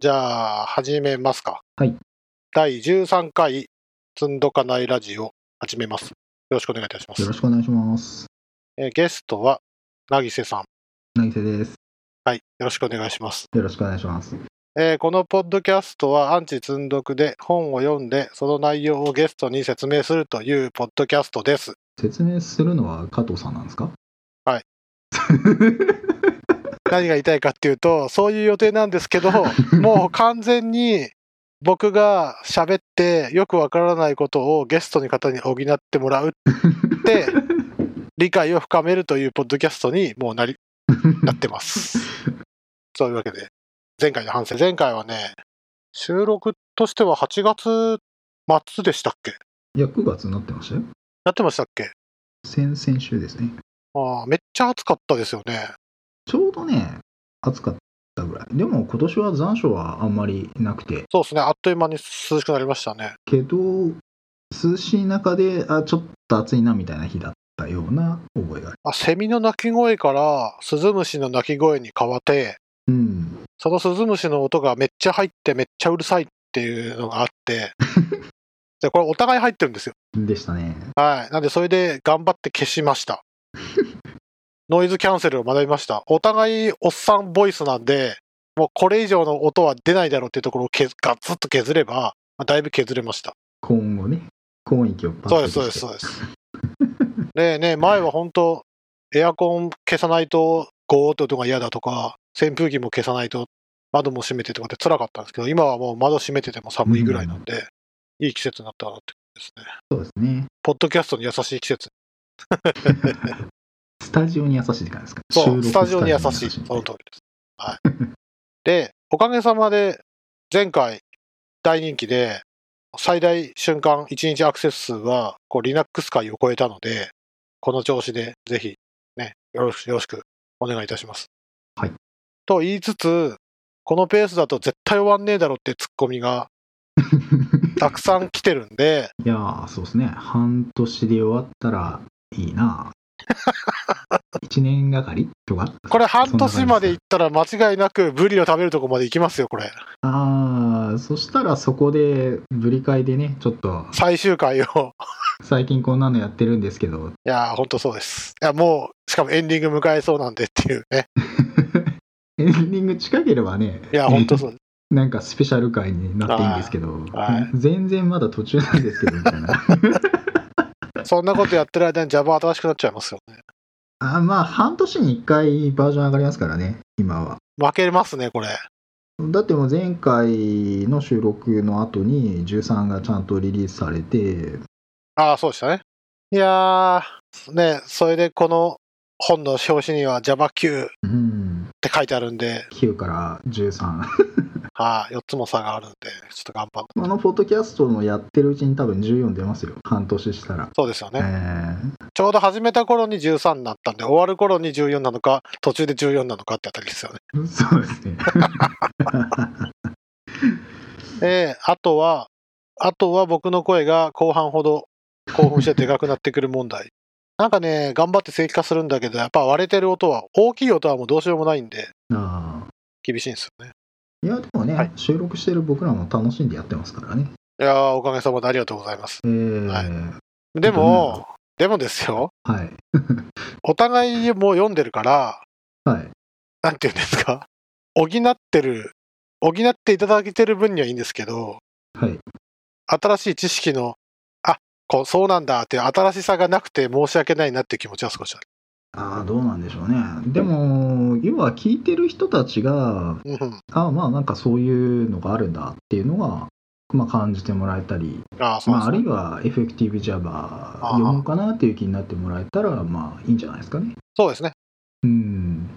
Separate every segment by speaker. Speaker 1: じゃあ、始めますか。
Speaker 2: はい。
Speaker 1: 第13回、つんどかないラジオ、始めます。よろしくお願いいたしま
Speaker 2: よ
Speaker 1: す
Speaker 2: ろ。しくお願いします。
Speaker 1: えーゲストは、なぎせさん。
Speaker 2: なぎせです。
Speaker 1: はい。よろしくお願いします。
Speaker 2: よろしくお願いします。
Speaker 1: えーこのポッドキャストは、アンチつんどくで本を読んで、その内容をゲストに説明するというポッドキャストです。
Speaker 2: 説明するのは加藤さんなんですか
Speaker 1: はい。
Speaker 2: は
Speaker 1: 何が言いたいかっていうと、そういう予定なんです けど、もう完全に僕が喋ってよくわからないことをゲストの方に補ってもらうって、理解を深めるというポッドキャストにもうなり、なってます。そういうわけで、前回の反省。前回はね、収録としては8月末でしたっけ
Speaker 2: いや、9月になってましたよ。
Speaker 1: なってましたっけ
Speaker 2: 先々週ですね。
Speaker 1: あーめっちゃ暑かったですよね。
Speaker 2: ちょうどね、暑かったぐらい。でも今年は残暑はあんまりなくて、
Speaker 1: そうですね、あっという間に涼しくなりましたね。
Speaker 2: けど、涼しい中で、あ、ちょっと暑いなみたいな日だったような覚えがある。
Speaker 1: あセミの鳴き声からスズムシの鳴き声に変わって
Speaker 2: うん。
Speaker 1: そのスズムシの音がめっちゃ入ってめっちゃうるさいっていうのがあってでこれお互い入ってるんですよ
Speaker 2: でしたね。
Speaker 1: はいなんでそれで頑張って消しましたノイズキャンセルを学びましたお互いおっさんボイスなんでもうこれ以上の音は出ないだろうっていうところを削ガツッと削れば、まあだいぶ削れました
Speaker 2: 高音をね、高音域をパ
Speaker 1: そう
Speaker 2: ッ
Speaker 1: で
Speaker 2: と
Speaker 1: す、そうです、そ
Speaker 2: 消
Speaker 1: う
Speaker 2: して
Speaker 1: です。でね、前は本当、エアコン消さないと、ゴーっと音が嫌だとか、扇風機も消さないと、窓も閉めてとかって辛かったんですけど、今はもう窓閉めてても寒いぐらいなんで、いい季節になったなってことですね。
Speaker 2: そうですね。
Speaker 1: ポッドキャストに優しい季節。
Speaker 2: スタジオに優しい時間ですか
Speaker 1: そう、スタジオに優しい。
Speaker 2: 収録ス
Speaker 1: そ
Speaker 2: タジオ
Speaker 1: の
Speaker 2: に
Speaker 1: 通りです。はい。 で、おかげさまで、前回、大人気で、最大瞬間1日アクセス数は、こう、Linux 界を超えたので、この調子で、ぜひ、ね、よろしよろしくお願いいたします。
Speaker 2: はい。
Speaker 1: と言いつつ、このペースだと絶対終わんねえだろってツッコミがたくさん来てるんで、
Speaker 2: いやー、そうですね。半年で終わったらいいな。1年がかりとか
Speaker 1: これ半年まで行ったら間違いなくブリを食べるとこまで行きますよ、これ。
Speaker 2: ああ、そしたらそこで、ぶり会でね、ちょっと、
Speaker 1: 最終回を。
Speaker 2: 最近こんなのやってるんですけど、
Speaker 1: いやー、ほんとそうです。いや、もう、しかもエンディング迎えそうなんでっていうね。
Speaker 2: エンディング近ければね、
Speaker 1: いや、ほんとそう。
Speaker 2: なんかスペシャル回になっていいんですけど
Speaker 1: はいはい、
Speaker 2: 全然まだ途中なんですけど、みたいな。
Speaker 1: そんなことやってる間に Java 新しくなっちゃいますよね。
Speaker 2: あーまあ、半年に1回バージョン上がりますからね、今は。
Speaker 1: 負けますね、これ。
Speaker 2: だってもう前回の収録の後に13がちゃんとリリースされて、
Speaker 1: ああ、そうでしたね。いやー、ね、それでこの本の表紙には Java9 っ
Speaker 2: うん、
Speaker 1: て書いてあるんで、
Speaker 2: 9から13。
Speaker 1: はい、4つも差があるんで、ちょっと頑張る。
Speaker 2: このポッドキャストのやってるうちに多分14出ますよ。半年したら。
Speaker 1: そうですよね。
Speaker 2: え
Speaker 1: ちょうど始めた頃に13になったんで、終わる頃に14なのか、途中で14なのかってあたりですよね。
Speaker 2: ー そうですね。
Speaker 1: で、あとは、あとは僕の声が後半ほど興奮してでかくなってくる問題。 なんかね、頑張って正規化するんだけど、やっぱ割れてる音は、大きい音はもうどうしようもないんで、
Speaker 2: あ
Speaker 1: 厳しいんですよね。
Speaker 2: ーいや、でもね、
Speaker 1: はい
Speaker 2: 収録してる僕らも楽しんでやってますからね。
Speaker 1: いやー、おかげさまでありがとうございます。
Speaker 2: えー
Speaker 1: は
Speaker 2: はいい。
Speaker 1: でも、でもですよ、
Speaker 2: はい。
Speaker 1: お互いもう読んでるから、なんて言うんですか、補ってる、補っていただけてる分にはいいんですけど、
Speaker 2: はい。
Speaker 1: 新しい知識の、あこうそうなんだっていう新しさがなくて申し訳ないなっていう気持ちは少しある。
Speaker 2: ああ、どうなんでしょうね。でも、要は聞いてる人たちが、
Speaker 1: うんうん、
Speaker 2: ああまあなんかそういうのがあるんだっていうのが、まあ、感じてもらえたり、
Speaker 1: あーそうで
Speaker 2: まあ、
Speaker 1: す
Speaker 2: あ
Speaker 1: ね
Speaker 2: るいはエフェクティブ Java 読もうかなっていう気になってもらえたらまあいいんじゃないですかね。
Speaker 1: そうですね。
Speaker 2: うん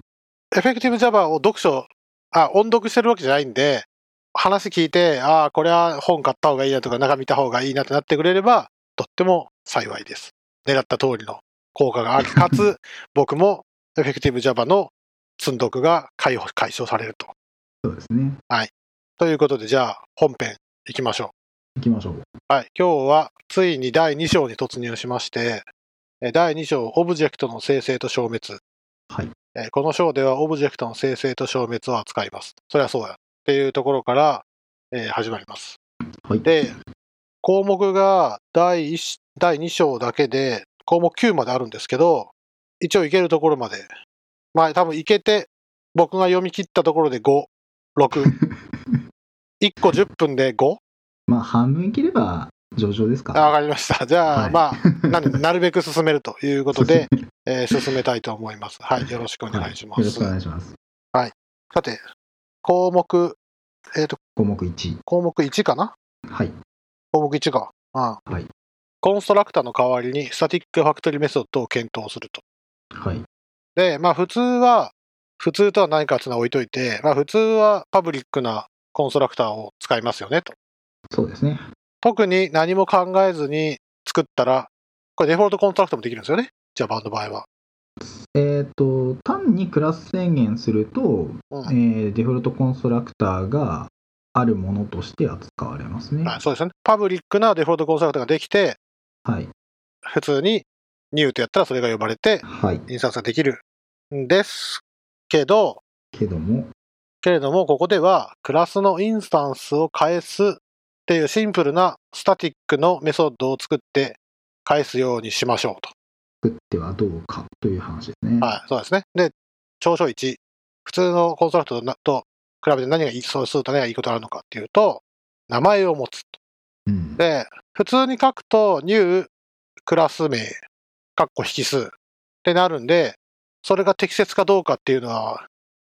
Speaker 1: エフェクティブ Java を読書、あ、音読してるわけじゃないんで、話聞いて、ああ、これは本買った方がいいなとか、中見た方がいいなってなってくれれば、とっても幸いです。狙った通りの効果 があり、かつ、僕もエフェクティブ Java の積読が解放解消されると。
Speaker 2: そうですね。
Speaker 1: ということで、じゃあ本編行きましょ
Speaker 2: 行きましょう。
Speaker 1: う。はい、今日はついに第2章に突入しまして、え第2章、オブジェクトの生成と消滅。
Speaker 2: はい。
Speaker 1: えーこの章ではオブジェクトの生成と消滅を扱います。そりゃそうや。っていうところから、えー始まります。
Speaker 2: はい。
Speaker 1: で、項目が第 ,1 第2章だけで、項目9まであるんですけど、一応行けるところまで。まあ多分行けて、僕が読み切ったところで5、6。1個10分で 5?
Speaker 2: まあ、半分切れば上々です
Speaker 1: あわ
Speaker 2: か。
Speaker 1: かりました。じゃあ、
Speaker 2: はい
Speaker 1: まあ、なんで、なるべく進めるということで、
Speaker 2: そうすね
Speaker 1: えー進めたいと思います。はい、よろしくお願いしま
Speaker 2: はいよろし
Speaker 1: す。
Speaker 2: くお願いします。
Speaker 1: さて、項目、えっ、と、
Speaker 2: 項目1。
Speaker 1: 項目1かな
Speaker 2: はい。
Speaker 1: 項目1か。うん。
Speaker 2: はい
Speaker 1: コンストラクターの代わりに、スタティックファクトリーメソッドを検討すると。
Speaker 2: はい。
Speaker 1: で、まあ、普通は、普通とは何かっていうのは置いといて、まあ、普通はパブリックなコンストラクターを使いますよねと。
Speaker 2: そうですね。
Speaker 1: 特に何も考えずに作ったら、これデフォルトコンストラクトもできるんですよね。Java の場合は。
Speaker 2: えっ、と、単にクラス宣言すると、
Speaker 1: うん
Speaker 2: えーデフォルトコンストラクターがあるものとして扱われますね。
Speaker 1: あそうですよね。パブリックなデフォルトコンストラクターができて、
Speaker 2: はい。
Speaker 1: 普通に new とやったらそれが呼ばれて、
Speaker 2: はい。
Speaker 1: 印刷ができるんですけど、
Speaker 2: けども、
Speaker 1: けれども、ここでは、クラスのインスタンスを返すっていうシンプルなスタティックのメソッドを作って返すようにしましょうと。
Speaker 2: 作ってはどうかという話ですね。
Speaker 1: はい、そうですね。で、長所1、普通のコンストラクトとなと比べて何がいい、そうすると何がいいことがあるのかっていうと、名前を持つ。
Speaker 2: うん。
Speaker 1: で、普通に書くと、new クラス名、括弧引数ってなるんで、それが適切かどうかっていうのは、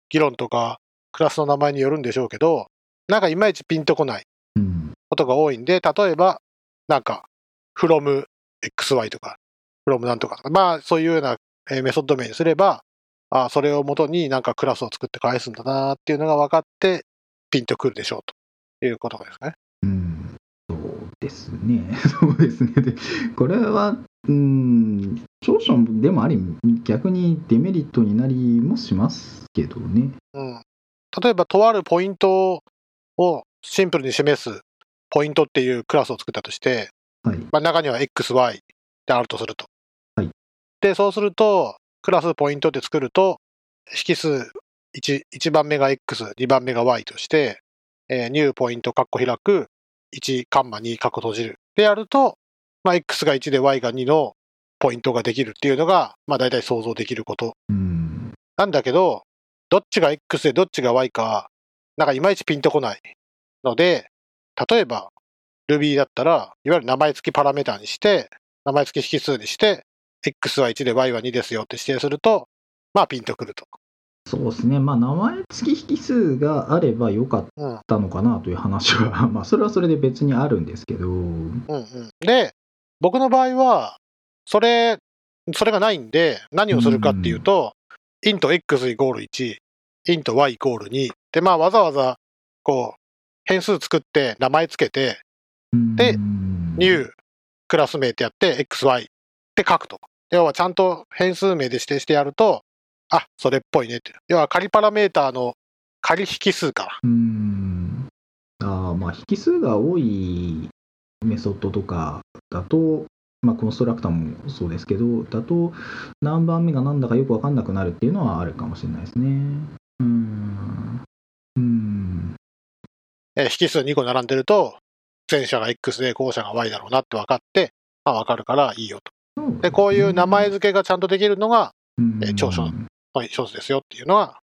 Speaker 1: 議論とか、クラスの名前によるんでしょうけど、なんかいまいちピンとこない
Speaker 2: うん。
Speaker 1: ことが多いんで、例えば、なんか、from xy とか、from なんとかとか、まあ、そういうようなえーメソッド名にすれば、あそれを元になんかクラスを作って返すんだなっていうのが分かって、ピンとくるでしょうということですね。
Speaker 2: うん。そうですね。 そうですね。で、これは、うん、長所でもあり、逆にデメリットになりもしますけどね。
Speaker 1: うん。例えば、とあるポイントをシンプルに示すポイントっていうクラスを作ったとして、
Speaker 2: はい。
Speaker 1: まあ、中には XY であるとすると。
Speaker 2: はい
Speaker 1: で、そうすると、クラスポイントって作ると、引数 1, 1番目が X、2番目が Y として、えー、new ポイント、カッコ開く、1、カンマ2、カッコ閉じる。でやると、まあ、X が1で Y が2のポイントができるっていうのが、まあ、大体想像できること
Speaker 2: うん。
Speaker 1: なんだけど、どっちが X でどっちが Y か、なんかいまいちピンとこないので、例えば Ruby だったら、いわゆる名前付きパラメータにして、名前付き引数にして、X は1で Y は2ですよって指定すると、まあピンとくると。
Speaker 2: そうですね。まあ、名前付き引数があればよかっ
Speaker 1: うん、うん、
Speaker 2: たのかなという話は、 まあ、それはそれで別にあるんですけど、
Speaker 1: うん。で、僕の場合は、それ、それがないんで、何をするかっていうと、int x イコール1、int y イコール2。で、まあわざわざ、こう、変数作って名前付けて、で
Speaker 2: うん、
Speaker 1: new クラス名ってやって xy って書くと。要はちゃんと変数名で指定してやると、あ、それっぽいねって。要は仮パラメーターの仮引数か。
Speaker 2: うーんあーまあ引数が多いメソッドとかだと、まあ、コンストラクターもそうですけどだと何番目が何だかよく分かんなくなるっていうのはあるかもしれないですねうーんうーん
Speaker 1: えー引数2個並んでると、前者が x で後者が y だろうなって分かって、まあ分かるからいいよと。で、こういう名前付けがちゃんとできるのが、
Speaker 2: うん
Speaker 1: えー長所まあ、一つですよっていうのが、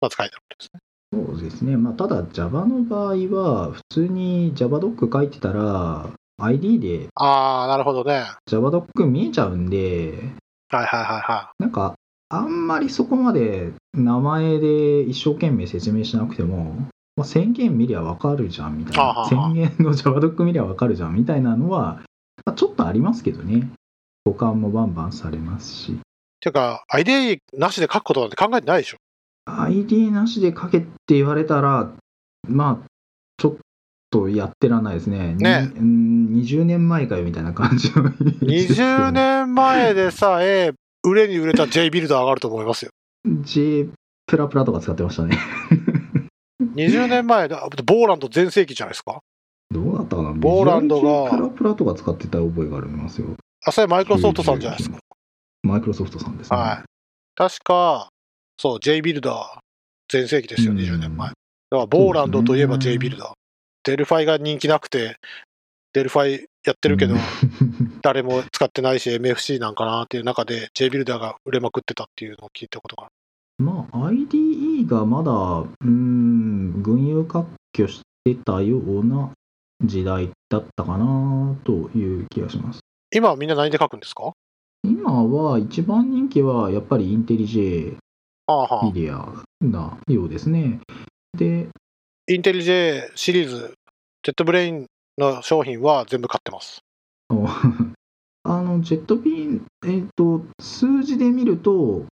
Speaker 1: まず書いてあるんですね。
Speaker 2: そうですね、まあ、ただ Java の場合は普通に JavaDoc 書いてたら ID で
Speaker 1: あー、なるほどね。はい
Speaker 2: JavaDoc 見えちゃうんで
Speaker 1: はいはいは
Speaker 2: なんか、あんまりそこまで名前で一生懸命説明しなくても、まあ、宣言見りゃわかるじゃんみたい
Speaker 1: あは
Speaker 2: な
Speaker 1: は、
Speaker 2: 宣言の JavaDoc 見りゃわかるじゃんみたいなのは、まあ、ちょっとありますけどね。保管もバンバンされますし。
Speaker 1: い。ていうか、ID なしで書くことなんて考えてないでしょ。
Speaker 2: ID なしで書けって言われたら、まあ、ちょっとやってらんないですね。
Speaker 1: ね
Speaker 2: にうん20年前かよみたいな感じのイメージですけどね
Speaker 1: 20年前でさえ、売れに売れた J ビルド上がると思いますよ。
Speaker 2: J プラプラとか使ってましたね。
Speaker 1: 20年前だ、ボーランド全盛期じゃないですか。
Speaker 2: どうだったかな
Speaker 1: ボーランドが
Speaker 2: ビジュアル系プラプラとか使ってた覚えがありますよ。
Speaker 1: あ、それマイクロソフトさんじゃないですか。
Speaker 2: マイクロソフトさんですね。
Speaker 1: はい。確か、そう、J ビルダー全盛期ですよ、
Speaker 2: うん
Speaker 1: 20年前。だから、ボーランドといえば J ビルだ。デルファイが人気なくて、デルファイやってるけど
Speaker 2: うん、
Speaker 1: 誰も使ってないし、MFC なんかなっていう中で、J ビルダーが売れまくってたっていうのを聞いたことがある。
Speaker 2: まあ、IDE がまだ、うーん、群雄割拠してたような時代だったかなという気がします。
Speaker 1: 今はみんな何で書くんですか
Speaker 2: 今は一番人気はやっぱりインテリジェ
Speaker 1: ああはあ
Speaker 2: メディアなようですね。で、
Speaker 1: インテリジェシリーズ、ジェットブレインの商品は全部買ってます。
Speaker 2: おあのジェットピン、えっと数字で見ると、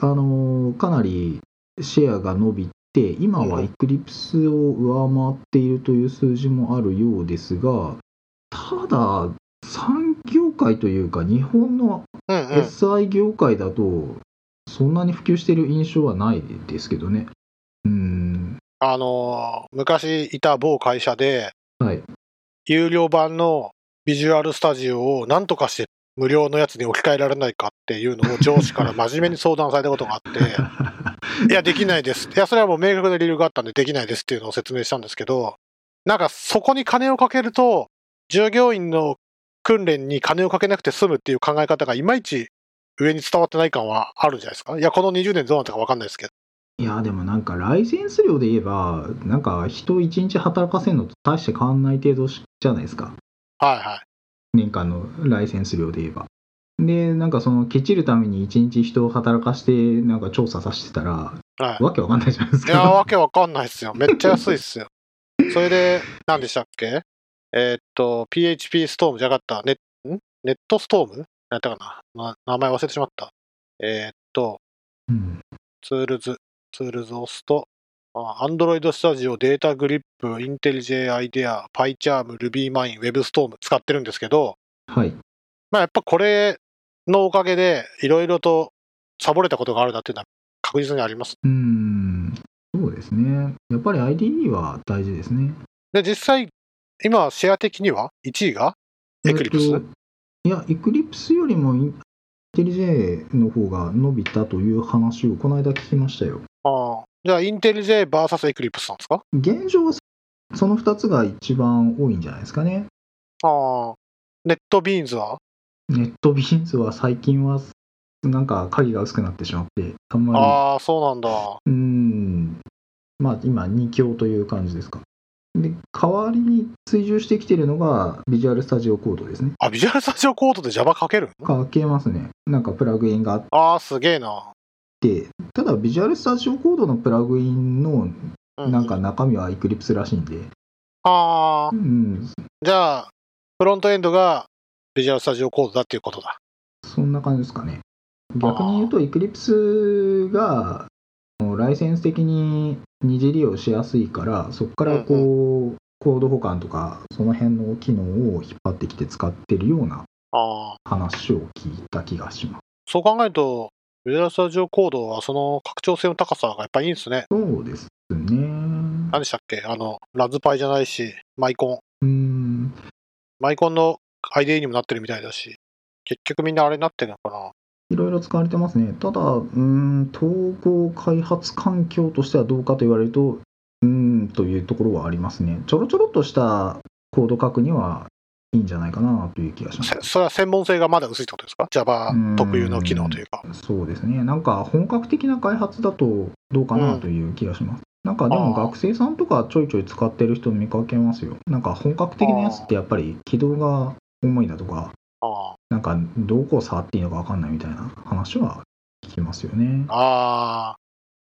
Speaker 2: あのかなりシェアが伸びて、今は
Speaker 1: うん
Speaker 2: エクリプスを上回っているという数字もあるようですが、ただ、産業界というか、日本の
Speaker 1: うんうん。
Speaker 2: SI 業界だと、そんなに普及している印象はないですけどね。うん、
Speaker 1: あのー昔いた某会社で、
Speaker 2: はい。
Speaker 1: 有料版のビジュアルスタジオをなんとかして無料のやつに置き換えられないかっていうのを上司から真面目に相談されたことがあって、いや、できないです。いや、それはもう明確な理由があったんで、できないですっていうのを説明したんですけど、なんかそこに金をかけると、従業員の訓練に金をかけなくて済むっていう考え方がいまいち上に伝わってない感はあるんじゃないですか。いや、この20年どうなったか分かんないですけど。
Speaker 2: いやでもなんかライセンス料で言えばなんか人一日働かせるのと大して変わんない程度しじゃないですか
Speaker 1: はいはい。
Speaker 2: 年間のライセンス料で言えばでなんかそのケチるために一日人を働かしてなんか調査させてたら
Speaker 1: はい、
Speaker 2: わけわかんないじゃないです
Speaker 1: いや、
Speaker 2: か
Speaker 1: わけわかんないっすよ。めっちゃ安いっすよ。それで、何でしたっけえーっと、PHP ストームじゃなかった。ネッんネットストーム何やったかな、ま名前忘れてしまった。えーっと、
Speaker 2: うん
Speaker 1: ツールズ、ツールズを押すと、あ Android Studio、データグリップ、IntelliJ IDEA、PyCharm、RubyMine、WebStorm 使ってるんですけど、
Speaker 2: はい
Speaker 1: まあやっぱこれのおかげで、いろいろとサボれたことがあるなっていうのは確実にあります。
Speaker 2: うんそうですねやっぱり IDE は大事ですね
Speaker 1: で、実際、今、シェア的には、1位が、エクリプス、
Speaker 2: えっといやエクリプスよりもインテリジェの方が伸びたという話をこの間聞きましたよ
Speaker 1: ああじゃあ、インテリジェ VS エクリプスなんですか
Speaker 2: 現状はその2つが一番多いんじゃないですかね。
Speaker 1: ああ。ネットビーンズは
Speaker 2: ネットビーンズは最近はなんか影が薄くなってしまって、あんま
Speaker 1: ああ、そうなんだ。
Speaker 2: り、うーん、まあ今2強という感じですか。で、代わりに追従してきてるのがビジュアルスタジオコードですね。
Speaker 1: あ、ビジュアルスタジオコードで Java 書けるの
Speaker 2: かけますね。なんかプラグインがあっ
Speaker 1: ああ、すげえな。
Speaker 2: て、ただビジュアルスタジオコードのプラグインの
Speaker 1: う
Speaker 2: なんか中身は Eclipse らしいんで、
Speaker 1: ああ
Speaker 2: う、ん、
Speaker 1: じゃあ、フロントエンドがビジュアルスタジオコードだっていうことだ。
Speaker 2: そんな感じですかね。逆に言うと、エクリプスがもうライセンス的に二次利用しやすいから、そこからこう、コード保管とか、その辺の機能を引っ張ってきて使ってるような
Speaker 1: ああ。
Speaker 2: 話を聞いた気がします。
Speaker 1: そう考えると、ビジュアルスタジオコードはその拡張性の高さがやっぱいいんですね。
Speaker 2: そうですね。
Speaker 1: 何でしたっけあの、ラズパイじゃないし、マイコン。
Speaker 2: うん、
Speaker 1: マイコンの IDE にもなってるみたいだし、結局みんなあれになってるのかな。
Speaker 2: いろいろ使われてますね。ただ、うん、統合開発環境としてはどうかと言われると、うん、というところはありますね。ちょろちょろっとしたコード書くにはいいんじゃないかなという気がします
Speaker 1: せ。それは専門性がまだ薄いってことですか ?Java
Speaker 2: うん
Speaker 1: 特有の機能というか。
Speaker 2: そうですね、なんか本格的な開発だとどうかなという気がします。なんかでも
Speaker 1: あー
Speaker 2: 学生さんとかちょいちょい使ってる人見かけますよ。なんか本格的なやつってやっぱり軌道が重いだとか、
Speaker 1: あ
Speaker 2: なんかどこを触っていいのか分かんないみたいな話は聞きますよね
Speaker 1: あ。あ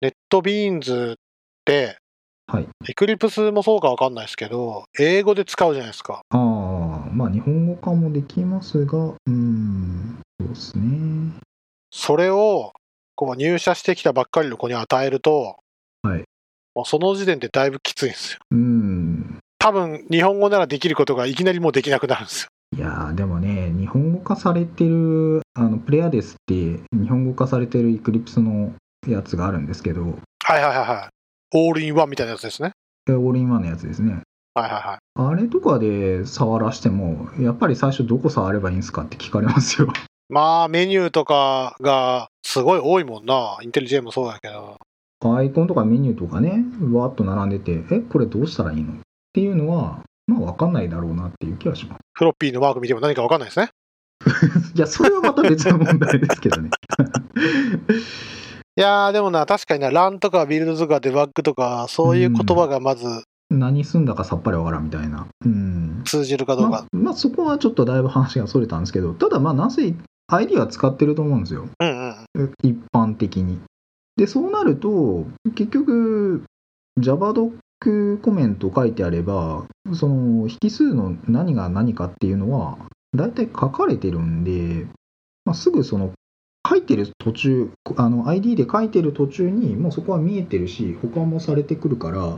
Speaker 1: ー、ネットビーンズって、
Speaker 2: はい
Speaker 1: エクリプスもそうかわかんないですけど、英語で使うじゃないですか。
Speaker 2: ああ、まあ日本語化もできますが、うーん、そうですね。
Speaker 1: それをこう入社してきたばっかりの子に与えると、
Speaker 2: はい
Speaker 1: もうその時点でだいぶきついんですよ。
Speaker 2: うん。
Speaker 1: 多分日本語ならできることがいきなりもうできなくなるんですよ。
Speaker 2: いやーでもね、日本語化されてる、あのプレアデスって、日本語化されてるエクリプスのやつがあるんですけど、
Speaker 1: はいはいはいはい。オールインワンみたいなやつですね。
Speaker 2: えオールインワンのやつですね。
Speaker 1: はいはいはい。
Speaker 2: あれとかで触らしても、やっぱり最初どこ触ればいいんですかって聞かれますよ。
Speaker 1: まあ、メニューとかがすごい多いもんな。インテリジェもそうだけど。
Speaker 2: アイコンとかメニューとかね、わーっと並んでて、え、これどうしたらいいのっていうのは、まあ、わかんないだろうなっていう気はします。
Speaker 1: フロッピーのマーク見ても何か分かんないですね。
Speaker 2: いや、それはまた別の問題ですけどね。
Speaker 1: いやー、でもな、確かにな、LAN とかビルドとかデバッグとか、そういう言葉がまず
Speaker 2: 何すんだかさっぱりわからんみたいな。うん。
Speaker 1: 通じるかどう
Speaker 2: まあ
Speaker 1: か。、
Speaker 2: まあ、そこはちょっとだいぶ話がそれたんですけど、ただまあ、なぜ ID は使ってると思うんですよ。
Speaker 1: うんうん。
Speaker 2: 一般的に。で、そうなると、結局、JavaDoc コメント書いてあれば、その引数の何が何かっていうのは、大体書かれてるんで、まあ、すぐその、書いてる途中、あの ID で書いてる途中に、もうそこは見えてるし、保管もされてくるから、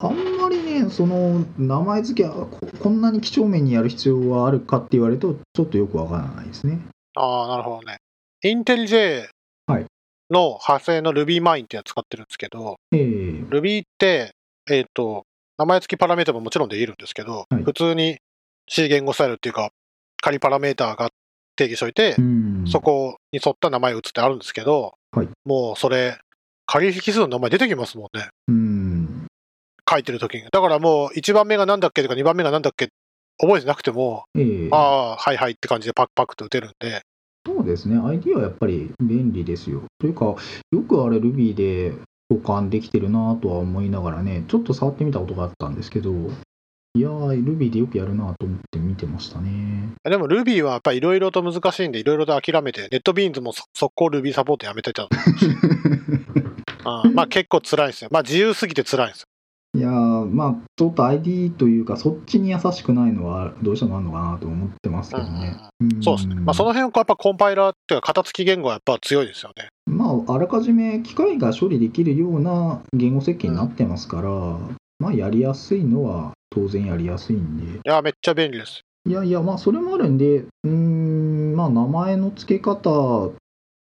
Speaker 2: あんまりね、その名前付けはこ、こんなに几帳面にやる必要はあるかって言われると、ちょっとよくわからないですね。
Speaker 1: ああ、なるほどね。インテリ J
Speaker 2: はい
Speaker 1: の派生の RubyMine ってやつ使ってるんですけど、
Speaker 2: ええ
Speaker 1: Ruby って、えっ、と、名前付きパラメータももちろんできるんですけど、
Speaker 2: はい
Speaker 1: 普通に C 言語スタイルっていうか、仮パラメータが定義しといて、
Speaker 2: うん
Speaker 1: そこに沿った名前打つってあるんですけど、
Speaker 2: はい
Speaker 1: もうそれ、仮引数の名前出てきますもんね。
Speaker 2: うん。
Speaker 1: 書いてる時に。だからもう1番目がなんだっけとか2番目がなんだっけ覚えてなくても、
Speaker 2: ええ
Speaker 1: ああ、はいはいって感じでパクパクと打てるんで、
Speaker 2: そうですね、ID はやっぱり便利ですよ。というか、よくあれ Ruby で保管できてるなとは思いながらね、ちょっと触ってみたことがあったんですけど、いやー、Ruby でよくやるなと思って見てましたね。
Speaker 1: でも Ruby はやっぱりいろいろと難しいんで、いろいろと諦めて、NetBeans もそ速攻 Ruby サポートやめて たの。ああまあ結構辛いんですよ。まあ自由すぎて辛いんですよ。
Speaker 2: いやー、まあ、ちょっと ID というか、そっちに優しくないのはどうしてもあるのかなと思ってますけど
Speaker 1: うんうんう
Speaker 2: ね。
Speaker 1: んそうですね。まあその辺はやっぱコンパイラーっていうか、型付き言語はやっぱ強いですよね。
Speaker 2: まあ、あらかじめ機械が処理できるような言語設計になってますから、まあ、やりやすいのは当然やりやすいんで。
Speaker 1: いや、めっちゃ便利です。
Speaker 2: いやいや、まあ、それもあるんで、うーん、まあ、名前の付け方を、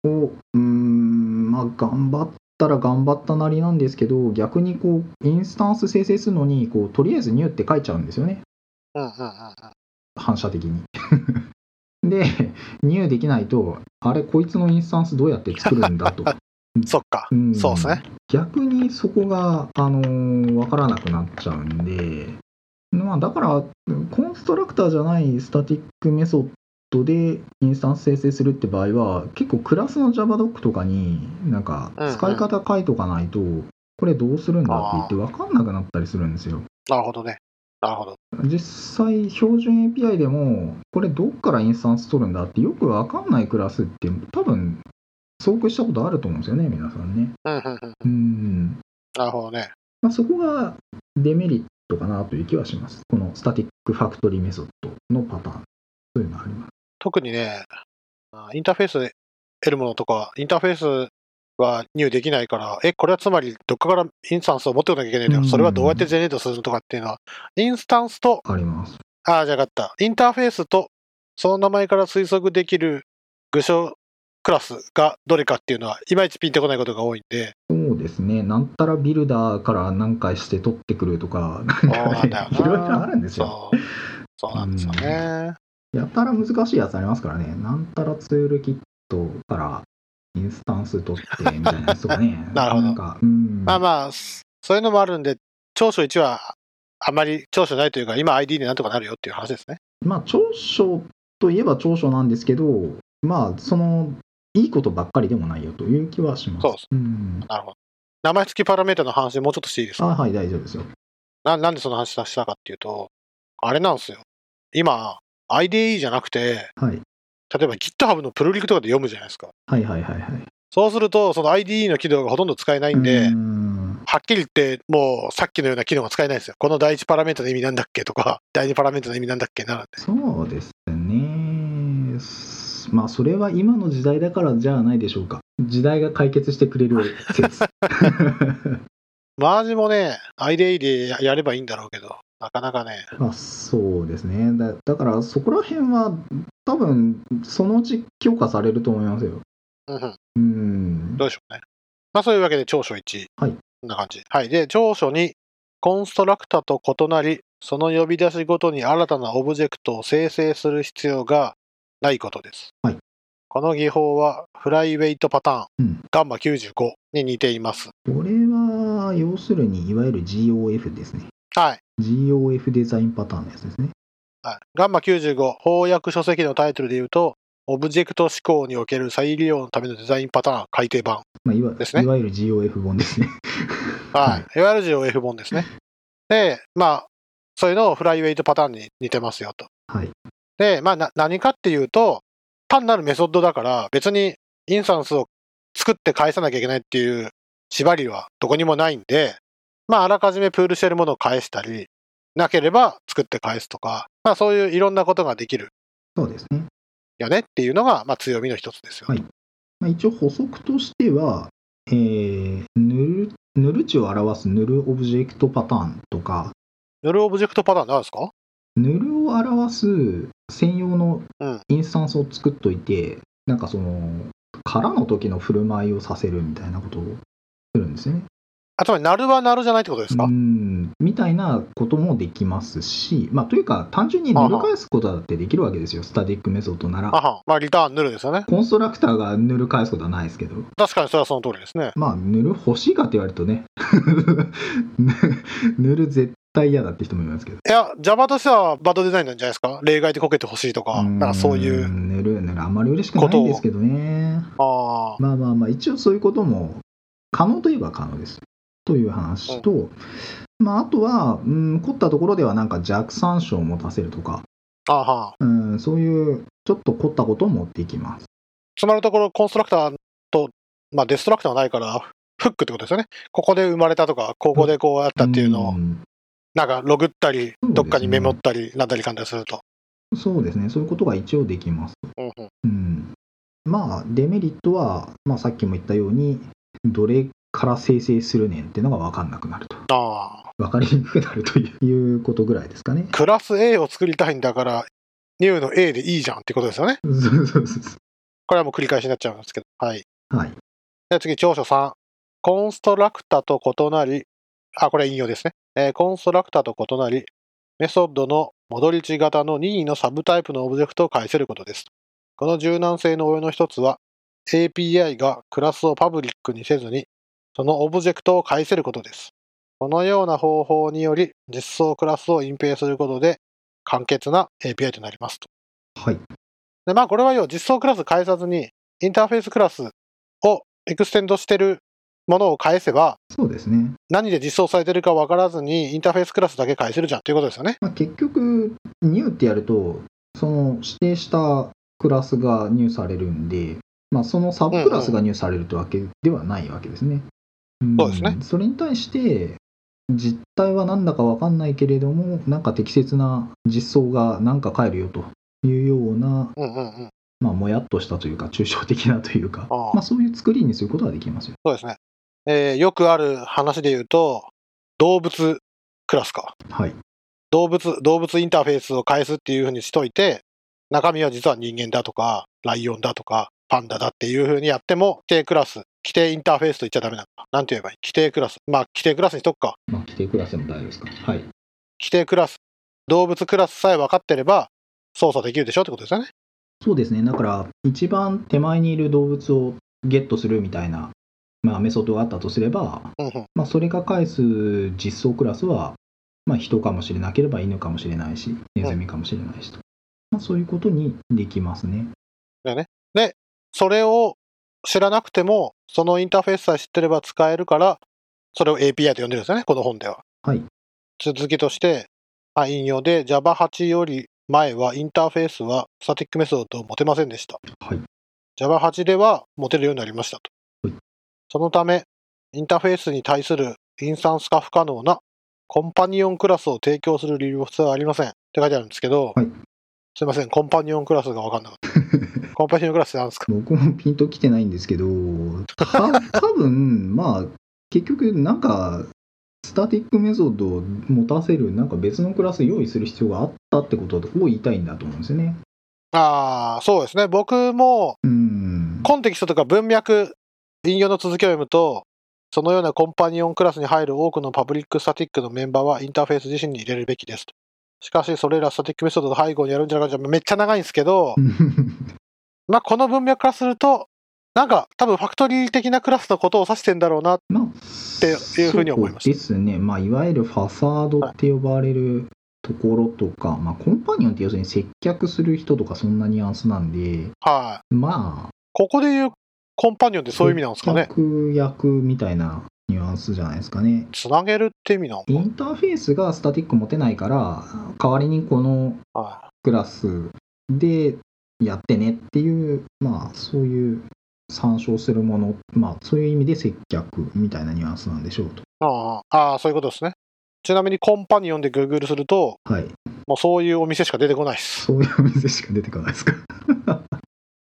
Speaker 2: うーん、まあ、頑張ったら頑張ったなりなんですけど、逆にこう、インスタンス生成するのに、こう、とりあえずニューって書いちゃうんですよね、
Speaker 1: うんうんうんうん。
Speaker 2: 反射的に。 で、ニューできないと、あれ、こいつのインスタンスどうやって作るん だと。
Speaker 1: そっか
Speaker 2: う。ん
Speaker 1: そうですね。
Speaker 2: 逆にそこが、あのーわからなくなっちゃうんで、まあ、だから、コンストラクターじゃないスタティックメソッドでインスタンス生成するって場合は、結構クラスの JavaDoc とかに、なんか
Speaker 1: うんうん
Speaker 2: 使い方書いとかないと、これどうするんだって言って分かんなくなったりするんですよ。
Speaker 1: なるほどね。なるほど。
Speaker 2: 実際、標準 API でも、これどっからインスタンス取るんだってよく分かんないクラスって、多分、遭遇したことあると思うんですよね、皆さんね。
Speaker 1: うんうんうん。
Speaker 2: うん
Speaker 1: なるほどね。
Speaker 2: まあ、そこがデメリットかなという気はします。このスタティックファクトリーメソッドのパターン。そういうのあります。
Speaker 1: 特にね、あインターフェースで得るものとか、インターフェースは入できないから、え、これはつまりどっかからインスタンスを持ってこなきゃいけないんだよ。
Speaker 2: うん
Speaker 1: それはどうやってジェネレートするのとかっていうのは、インスタンスと、
Speaker 2: あります。
Speaker 1: ああ、じゃなかった。インターフェースと、その名前から推測できる具象クラスがどれかっていうのは、いまいちピンとこないことが多いんで、
Speaker 2: そうですね。なんたらビルダーから何回して取ってくるとか、なん
Speaker 1: そう
Speaker 2: か
Speaker 1: なん
Speaker 2: ね
Speaker 1: だよ
Speaker 2: いろいろあるんですよ。
Speaker 1: そう。そうなんですよね。
Speaker 2: やたら難しいやつありますからね。なんたらツールキットからインスタンス取ってみたいなやつとかね
Speaker 1: 。なるほど
Speaker 2: んか、うん。
Speaker 1: まあまあ、そそういうのもあるんで、長所1は、あまり長所ないというか、今 ID でなんとかなるよっていう話ですね。
Speaker 2: まあ長所といえば長所なんですけど、まあそのいいことばっかりでもないよという気はします。
Speaker 1: そうです
Speaker 2: うん、
Speaker 1: なるほど。名前付きパラメータの話、もうちょっとしていいです
Speaker 2: あ
Speaker 1: か
Speaker 2: はい大丈夫ですよ。
Speaker 1: ななんでその話したかっていうと、あれなんですよ。今、IDE じゃなくて、
Speaker 2: はい
Speaker 1: 例えば GitHub のプルリクとかで読むじゃないですか。
Speaker 2: はいはいはいはい。
Speaker 1: そうすると、その IDE の機能がほとんど使えないんで、
Speaker 2: うん
Speaker 1: はっきり言って、もうさっきのような機能が使えないんですよ。この第1パラメータの意味なんだっけとか、第2パラメータの意味なんだっけなるんで。
Speaker 2: そうですね。すまあそれは今の時代だからじゃないでしょうか。時代が解決してくれる 説。
Speaker 1: マージもね、IDE でややればいいんだろうけど、なかなかね、
Speaker 2: まあそうですね。だだからそこら辺は多分そのうち強化されると思いますよ。
Speaker 1: うんうん、
Speaker 2: うん
Speaker 1: ど。うでしょうね。まあそういうわけで長所1。
Speaker 2: はい
Speaker 1: こんな感じ。はい。で、長所2。コンストラクタと異なり、その呼び出しごとに新たなオブジェクトを生成する必要がないことです。
Speaker 2: はい
Speaker 1: この技法は、フライウェイトパターン、
Speaker 2: うん
Speaker 1: ガンマ95に似ています。
Speaker 2: これは、要するに、いわゆる GOF ですね。
Speaker 1: はい。
Speaker 2: GOF デザインパターンのやつですね。
Speaker 1: はい、ガンマ95、翻訳書籍のタイトルで言うと、オブジェクト思考における再利用のためのデザインパターン改訂版。
Speaker 2: まあ、いわ
Speaker 1: ですね
Speaker 2: いわゆる GOF 本ですね。
Speaker 1: はい。いわゆる GOF 本ですね。で、まあ、そういうのをフライウェイトパターンに似てますよと。
Speaker 2: はい。
Speaker 1: で、まあ、な何かっていうと、単なるメソッドだから、別にインスタンスを作って返さなきゃいけないっていう縛りはどこにもないんで、まあ、あらかじめプールしてるものを返したり、なければ作って返すとか、まあ、そういういろんなことができる
Speaker 2: そうですね。
Speaker 1: よねっていうのが、まあ、強みの一つですよ。
Speaker 2: はいまあ、一応補足としては、えーヌルヌル値を表すヌルオブジェクトパターンとか、
Speaker 1: ヌルオブジェクトパターンなんですか
Speaker 2: ヌルを表す専用の
Speaker 1: うん
Speaker 2: インスタンスを作っといて、なんかその、空の時の振る舞いをさせるみたいなことをするんですよね。
Speaker 1: あ、つまり、なるはなるじゃないってことですか、
Speaker 2: うんみたいなこともできますし、まあ、というか単純に塗り返すことだってできるわけですよ、スタティックメソッドな
Speaker 1: あ
Speaker 2: ら。
Speaker 1: はん。まあ、リターンヌルですよね。
Speaker 2: コンストラクターが塗る返すことはないですけど、
Speaker 1: 確かにそれはその通りですね。
Speaker 2: まあ、塗る欲しいかって言われるとね、 塗る絶対嫌だって人もいますけど。
Speaker 1: いや、Java としてはバッドデザインなんじゃないですか例外でこけてほしいとか、なんかそういうう。
Speaker 2: ん塗る、塗る、あんまり嬉しくないんですけどね。
Speaker 1: あ
Speaker 2: まあまあまあ、一応そういうことも可能といえば可能です。という話と、まあ、あとは、うん、凝ったところではなんか弱参照を持たせるとか、
Speaker 1: あ、あはん。
Speaker 2: うん、そういうちょっと凝ったことを持っていきます。
Speaker 1: つまるところ、コンストラクターと、まあ、デストラクターはないから、フックってことですよね。ここで生まれたとか、ここでこうやったっていうのを、
Speaker 2: ん
Speaker 1: なんかログったり、
Speaker 2: ね
Speaker 1: どっかにメモったり、なんだりかんだりすると。
Speaker 2: そうですね、そういうことが一応できます。
Speaker 1: うんうん
Speaker 2: うん、まあ、デメリットは、まあ、さっきも言ったように、どれから生成するねんっていうのが分かんなくなると。
Speaker 1: ああ。
Speaker 2: 分かりにくくなるといういうことぐらいですかね。
Speaker 1: クラス A を作りたいんだから、new の A でいいじゃんってことですよね。
Speaker 2: そうそうそうそ
Speaker 1: これはもう繰り返しになっちゃうんですけど。はい。
Speaker 2: う。はい。
Speaker 1: で次、長所3。コンストラクタと異なり、あ、これ引用ですね。えーコンストラクタと異なり、メソッドの戻り値型の任意のサブタイプのオブジェクトを返せることです。この柔軟性の応用の一つは、API がクラスをパブリックにせずに、そのオブジェクトを返せることです。このような方法により、実装クラスを隠蔽することで、簡潔な API となりますと。
Speaker 2: はい。
Speaker 1: で、まあ、これは要は実装クラス返さずに、インターフェースクラスをエクステンドしてるものを返せば、
Speaker 2: そうですね。
Speaker 1: 何で実装されてるか分からずに、インターフェースクラスだけ返せるじゃんということですよね。
Speaker 2: まあ、結局、入ってやると、その指定したクラスが入されるんで、まあ、そのサブクラスが入されるというわけではないわけですね。ん
Speaker 1: そうですね
Speaker 2: それに対して、実態は何だか分かんないけれども、なんか適切な実装が何か返るよというような、
Speaker 1: うんうんうん。
Speaker 2: まあ、もやっとしたというか、抽象的なというか、
Speaker 1: ああ
Speaker 2: まあ、そういう作りにすることはできますよ。
Speaker 1: そうですね。えーよくある話で言うと、動物クラスか。
Speaker 2: はい。
Speaker 1: 動物、動物インターフェースを返すっていうふうにしといて、中身は実は人間だとか、ライオンだとか、パンダだっていうふうにやっても、規定クラス、規定インターフェースと言っちゃダメなのか。なんて言えばいい規定クラス。まあ、規定クラスにしとくか。
Speaker 2: まあ、規定クラスでも大丈夫ですか。はい。
Speaker 1: 規定クラス、動物クラスさえ分かってれば操作できるでしょってことですよね。
Speaker 2: そうですね、だから一番手前にいる動物をゲットするみたいな、まあ、メソッドがあったとすれば、
Speaker 1: うんうん。
Speaker 2: まあ、それが返す実装クラスは、まあ、人かもしれなければ犬かもしれないし、ネズミかもしれないしと、まあ、そういうことにできますね。
Speaker 1: それを知らなくても、そのインターフェースさえ知ってれば使えるから、それを API と呼んでるんですよね、この本では。
Speaker 2: はい。
Speaker 1: 続きとして、あ引用で Java8 より前はインターフェースはスタティックメソッドを持てませんでした。
Speaker 2: はい
Speaker 1: Java8 では持てるようになりましたと。
Speaker 2: はい
Speaker 1: そのため、インターフェースに対するインスタンス化不可能なコンパニオンクラスを提供する理由はありませんって書いてあるんですけど、
Speaker 2: はい
Speaker 1: すいません、コンパニオンクラスが分かんなかった。 コンパニオンクラスって何ですか
Speaker 2: 僕もピンときてないんですけど、た多分まあ、結局、なんか、スタティックメソッドを持たせる、なんか別のクラス用意する必要があったってことを言いたいんだと思うんですよね。
Speaker 1: ああ、そうですね。僕も、
Speaker 2: うん。
Speaker 1: コンテキストとか文脈、引用の続きを読むと、そのようなコンパニオンクラスに入る多くのパブリックスタティックのメンバーはインターフェース自身に入れるべきですと。しかし、それらスタティックメソッドの背後にあるんじゃないかじゃ、めっちゃ長いんですけど、まあ、この文脈からすると、なんか多分ファクトリー的なクラスのことを指してんだろうな。
Speaker 2: まあ、って
Speaker 1: いうふうに思いました
Speaker 2: ですね、まあ、いわゆるファサードって呼ばれるところとか、まあ、コンパニオンって要するに接客する人とか、そんなニュアンスなんで、
Speaker 1: はい。
Speaker 2: まあ、
Speaker 1: ここで言うコンパニオンってそういう意味なんですかね
Speaker 2: 接。客役みたいなニュアンスじゃないですかね。
Speaker 1: つなげるって意味なのか
Speaker 2: インターフェースがスタティック持てないから、代わりにこの
Speaker 1: は
Speaker 2: クラスでやってねっていう、まあ、そういう参照するもの、まあ、そういう意味で接客みたいなニュアンスなんでしょうと。
Speaker 1: い。ああああ、そういうことですね。ちなみにコンパニオンでグーグルすると、
Speaker 2: はい。
Speaker 1: もうそういうお店しか出てこないです。
Speaker 2: そういうお店しか出てこないですか。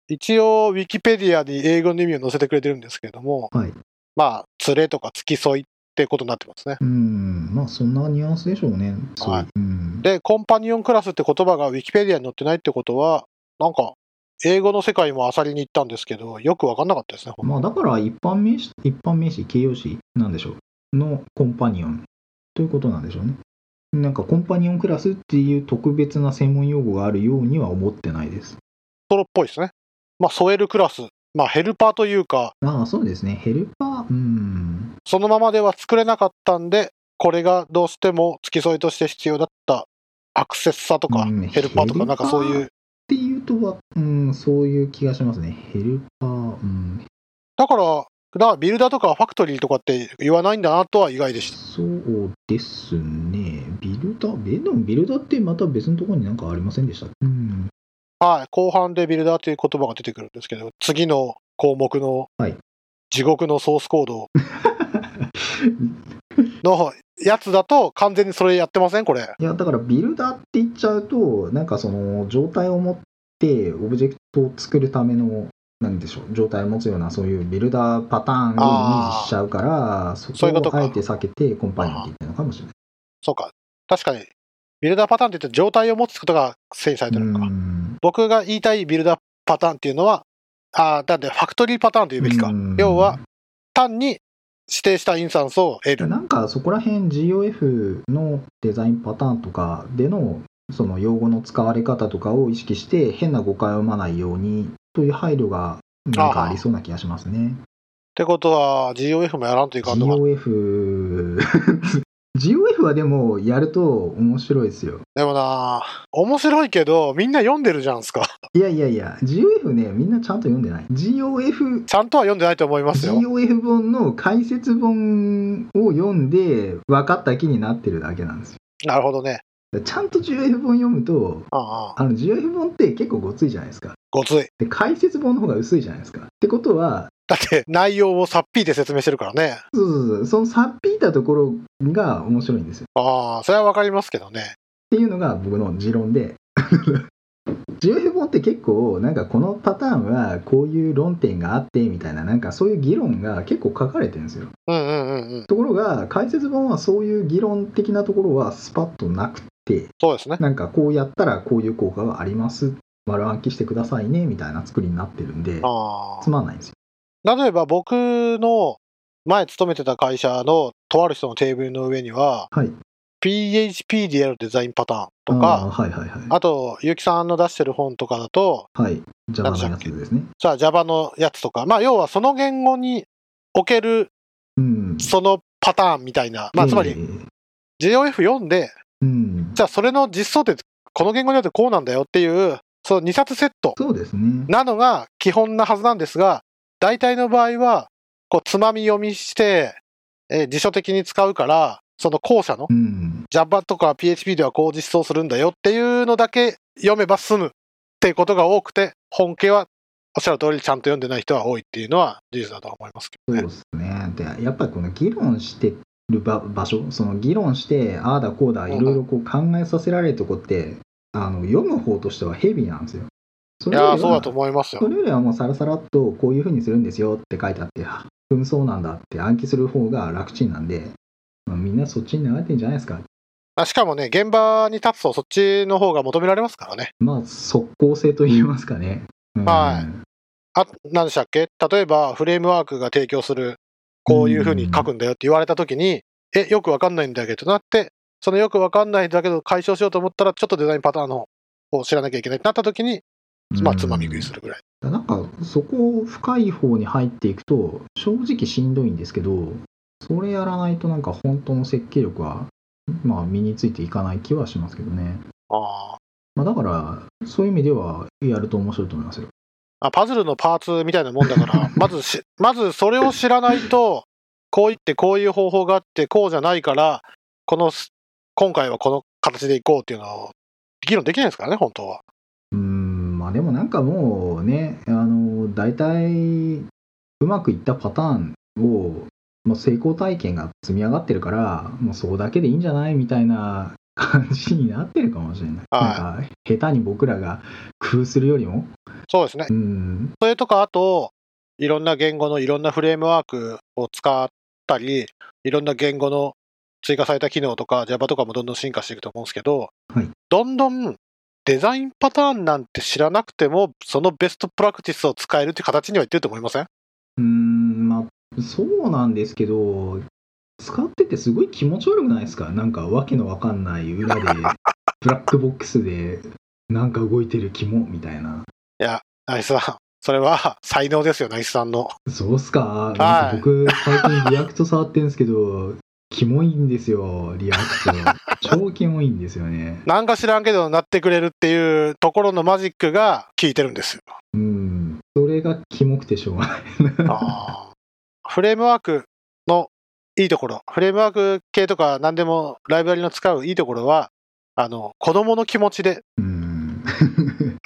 Speaker 1: 一応、ウィキペディアに英語の意味を載せてくれてるんですけれども、
Speaker 2: はい
Speaker 1: まあ、連れとか付き添いってことになってますね。
Speaker 2: うん、まあ、そんなニュアンスでしょうね。そう
Speaker 1: はい
Speaker 2: うん、
Speaker 1: で、コンパニオンクラスって言葉がウィキペディアに載ってないってことは、なんか、英語の世界も漁りに行ったんですけど、よく分かんなかったですね。
Speaker 2: まあ、だから一般名詞、一般名詞、形容詞なんでしょう。のコンパニオンということなんでしょうね。なんかコンパニオンクラスっていう特別な専門用語があるようには思ってないです。
Speaker 1: トロっぽいですね。まあ、添えるクラス。まあ、ヘルパーというか、
Speaker 2: ああ、そうですね。ヘルパー、うん。
Speaker 1: そのままでは作れなかったんで、これがどうしても付き添いとして必要だったアクセスさとか、
Speaker 2: うん
Speaker 1: ヘルパーと
Speaker 2: ヘ
Speaker 1: か、
Speaker 2: ルパー
Speaker 1: なんかそういう。
Speaker 2: っていうとは、うん、そういう気がしますね。ヘルパー、うん、
Speaker 1: だから、だからビルダーとかファクトリーとかって言わないんだなとは意外でした。
Speaker 2: そうですね。ビルダー、ビでもビルダーってまた別のところになんかありませんでしたうん。
Speaker 1: はい、後半でビルダーという言葉が出てくるんですけど、次の項目の
Speaker 2: はい
Speaker 1: 地獄のソースコード のやつだと完全にそれやってませんこれ。
Speaker 2: いや、だからビルダーって言っちゃうと、なんかその状態を持ってオブジェクトを作るための、なんでしょう、状態を持つようなそういうビルダーパターンをイメージしちゃうから、そ
Speaker 1: そういうこと
Speaker 2: こを
Speaker 1: か
Speaker 2: あえて避けてコンパニオンって言ってるのかもしれない。
Speaker 1: そうか。確かに、ビルダーパターンって言って状態を持つことが整理されてるのか。
Speaker 2: うん
Speaker 1: 僕が言いたいビルダーパターンっていうのは、あーだってファクトリーパターンと言うべきか
Speaker 2: うん。
Speaker 1: 要は、単に指定したインスタンスを得る。
Speaker 2: なんかそこら辺 GOF のデザインパターンとかでのその用語の使われ方とかを意識して変な誤解を生まないようにという配慮がなんかありそうな気がしますね。
Speaker 1: ってことは、GOF もやらんといかんのか。
Speaker 2: GOF GOF はでもやると面白いですよ。
Speaker 1: でもなー、面白いけど、みんな読んでるじゃんすか。
Speaker 2: いやいやいや GOF ねみんなちゃんと読んでない。GOF
Speaker 1: ちゃんとは読んでないと思いますよ。
Speaker 2: GOF 本の解説本を読んで分かった気になってるだけなんですよ
Speaker 1: なるほどね。。
Speaker 2: だからちゃんと GOF 本読むと
Speaker 1: ああ、
Speaker 2: あの GF 本って結構ごついじゃないですか。
Speaker 1: ごつい。
Speaker 2: で解説本の方が薄いじゃないですか。ってことは
Speaker 1: だって、内容をさっぴいで説明してるからね。
Speaker 2: そうそうそうそのさっぴいたところが面白いんですよ。っ
Speaker 1: ああ、それはわかりますけどね。
Speaker 2: ていうのが僕の持論で。GF 本って結構なんかこのパターンはこういう論点があってみたいななんかそういう議論が結構書かれてるんですよ。
Speaker 1: うんうんうんうん。
Speaker 2: ところが解説本はそういう議論的なところはスパッとなくて
Speaker 1: そうですね。
Speaker 2: なんかこうやったらこういう効果があります丸暗記してくださいねみたいな作りになってるんで
Speaker 1: ああ
Speaker 2: つ。まんないんですよ。
Speaker 1: 例えば僕の前勤めてた会社のとある人のテーブルの上には、
Speaker 2: はい
Speaker 1: PHP でやるデザインパターンと
Speaker 2: あー
Speaker 1: か、
Speaker 2: はいはいはい
Speaker 1: あと、ゆうきさんの出してる本とかだと、
Speaker 2: はい。Java
Speaker 1: なん
Speaker 2: の
Speaker 1: で
Speaker 2: や
Speaker 1: したっけ
Speaker 2: つですね。
Speaker 1: さあ Java のやつとか、まあ要はその言語における
Speaker 2: うん。
Speaker 1: そのパターンみたいな、まあつまり
Speaker 2: えー
Speaker 1: GOF 読んで、
Speaker 2: うん。
Speaker 1: じゃあそれの実装ってこの言語によってこうなんだよっていう、その2冊セット
Speaker 2: そうですね。
Speaker 1: なのが基本なはずなんですが、大体の場合は、こう、つまみ読みして、えー辞書的に使うから、その後者の
Speaker 2: うん。
Speaker 1: Java とか PHP ではこう実装するんだよっていうのだけ読めば済むっていうことが多くて、本家はおっしゃる通りちゃんと読んでない人は多いっていうのは事実だと思いますけど
Speaker 2: そう
Speaker 1: ね。
Speaker 2: ですね。で、やっぱりこの議論してる場場所、その議論して、ああだこうだ、
Speaker 1: うん
Speaker 2: いろいろこう考えさせられるとこって、あの読む方としてはヘビーなんですよ。そ
Speaker 1: い
Speaker 2: より
Speaker 1: やー
Speaker 2: は
Speaker 1: そうだと思いますよ
Speaker 2: そ。れよりはもうさらさらっとこういうふうにするんですよって書いてあって、あうん、そうなんだって暗記する方が楽ちんなんで、まあ、みんなそっちに流れてんじゃないですか。
Speaker 1: あしかもね、現場に立つとそっちの方が求められますからね。
Speaker 2: まあ、即効性と言いますかね。うん
Speaker 1: はいあ、何でしたっけ例えばフレームワークが提供する、こういうふうに書くんだよって言われたときに、え、よくわかんないんだけどなって、そのよくわかんないんだけど解消しようと思ったら、ちょっとデザインパターンの方を知らなきゃいけないってなったときに、まあ、つまみ食いするぐらい。
Speaker 2: なんかそこ深い方に入っていくと正直しんどいんですけどそれやらないとなんか本当の設計力はまあ身についていかない気はしますけどね、
Speaker 1: あ
Speaker 2: まあ、だからそういう意味ではやると面白いと思いますよ
Speaker 1: あパズルのパーツみたいなもんだ から、まずし、まずそれを知らないと、こう言ってこういう方法があって、こうじゃないから、このす、今回はこの形でいこうっていうのを、議論できないですからね、本当は。
Speaker 2: うーんまあでもなんかもうねあの大体うまくいったパターンをもう成功体験が積み上がってるからもうそこだけでいいんじゃないみたいな 感じになってるかもしれない、
Speaker 1: はい
Speaker 2: なんか下手に僕らが工夫するよりも
Speaker 1: そうですね
Speaker 2: う。ん
Speaker 1: それとか、あと、いろんな言語のいろんなフレームワークを使ったり、いろんな言語の追加された機能とか、Java とかもどんどん進化していくと思うんですけど、
Speaker 2: はい
Speaker 1: どんどんデザインパターンなんて知らなくても、そのベストプラクティスを使えるって形にはいってると思いません
Speaker 2: うーんまあそうなんですけど使っててすごい気持ち悪くないですかなんかわけのわかんない裏でブラックボックスでなんか動いてる肝みたいない
Speaker 1: や、ナイスさん、それは才能ですよ、ナイスさんの。
Speaker 2: そうっすかなんか僕最近リアクト触ってんですけどキモいんですよリア クト超キモいんですよね
Speaker 1: なんか知らんけど、なってくれるっていうところのマジックが効いてるんですよ。
Speaker 2: うんそれがキモくてしょうがない
Speaker 1: あーフレームワークのいいところ、フレームワーク系とか何でもライブラリの使ういいところは、あの、子供の気持ちで、
Speaker 2: うん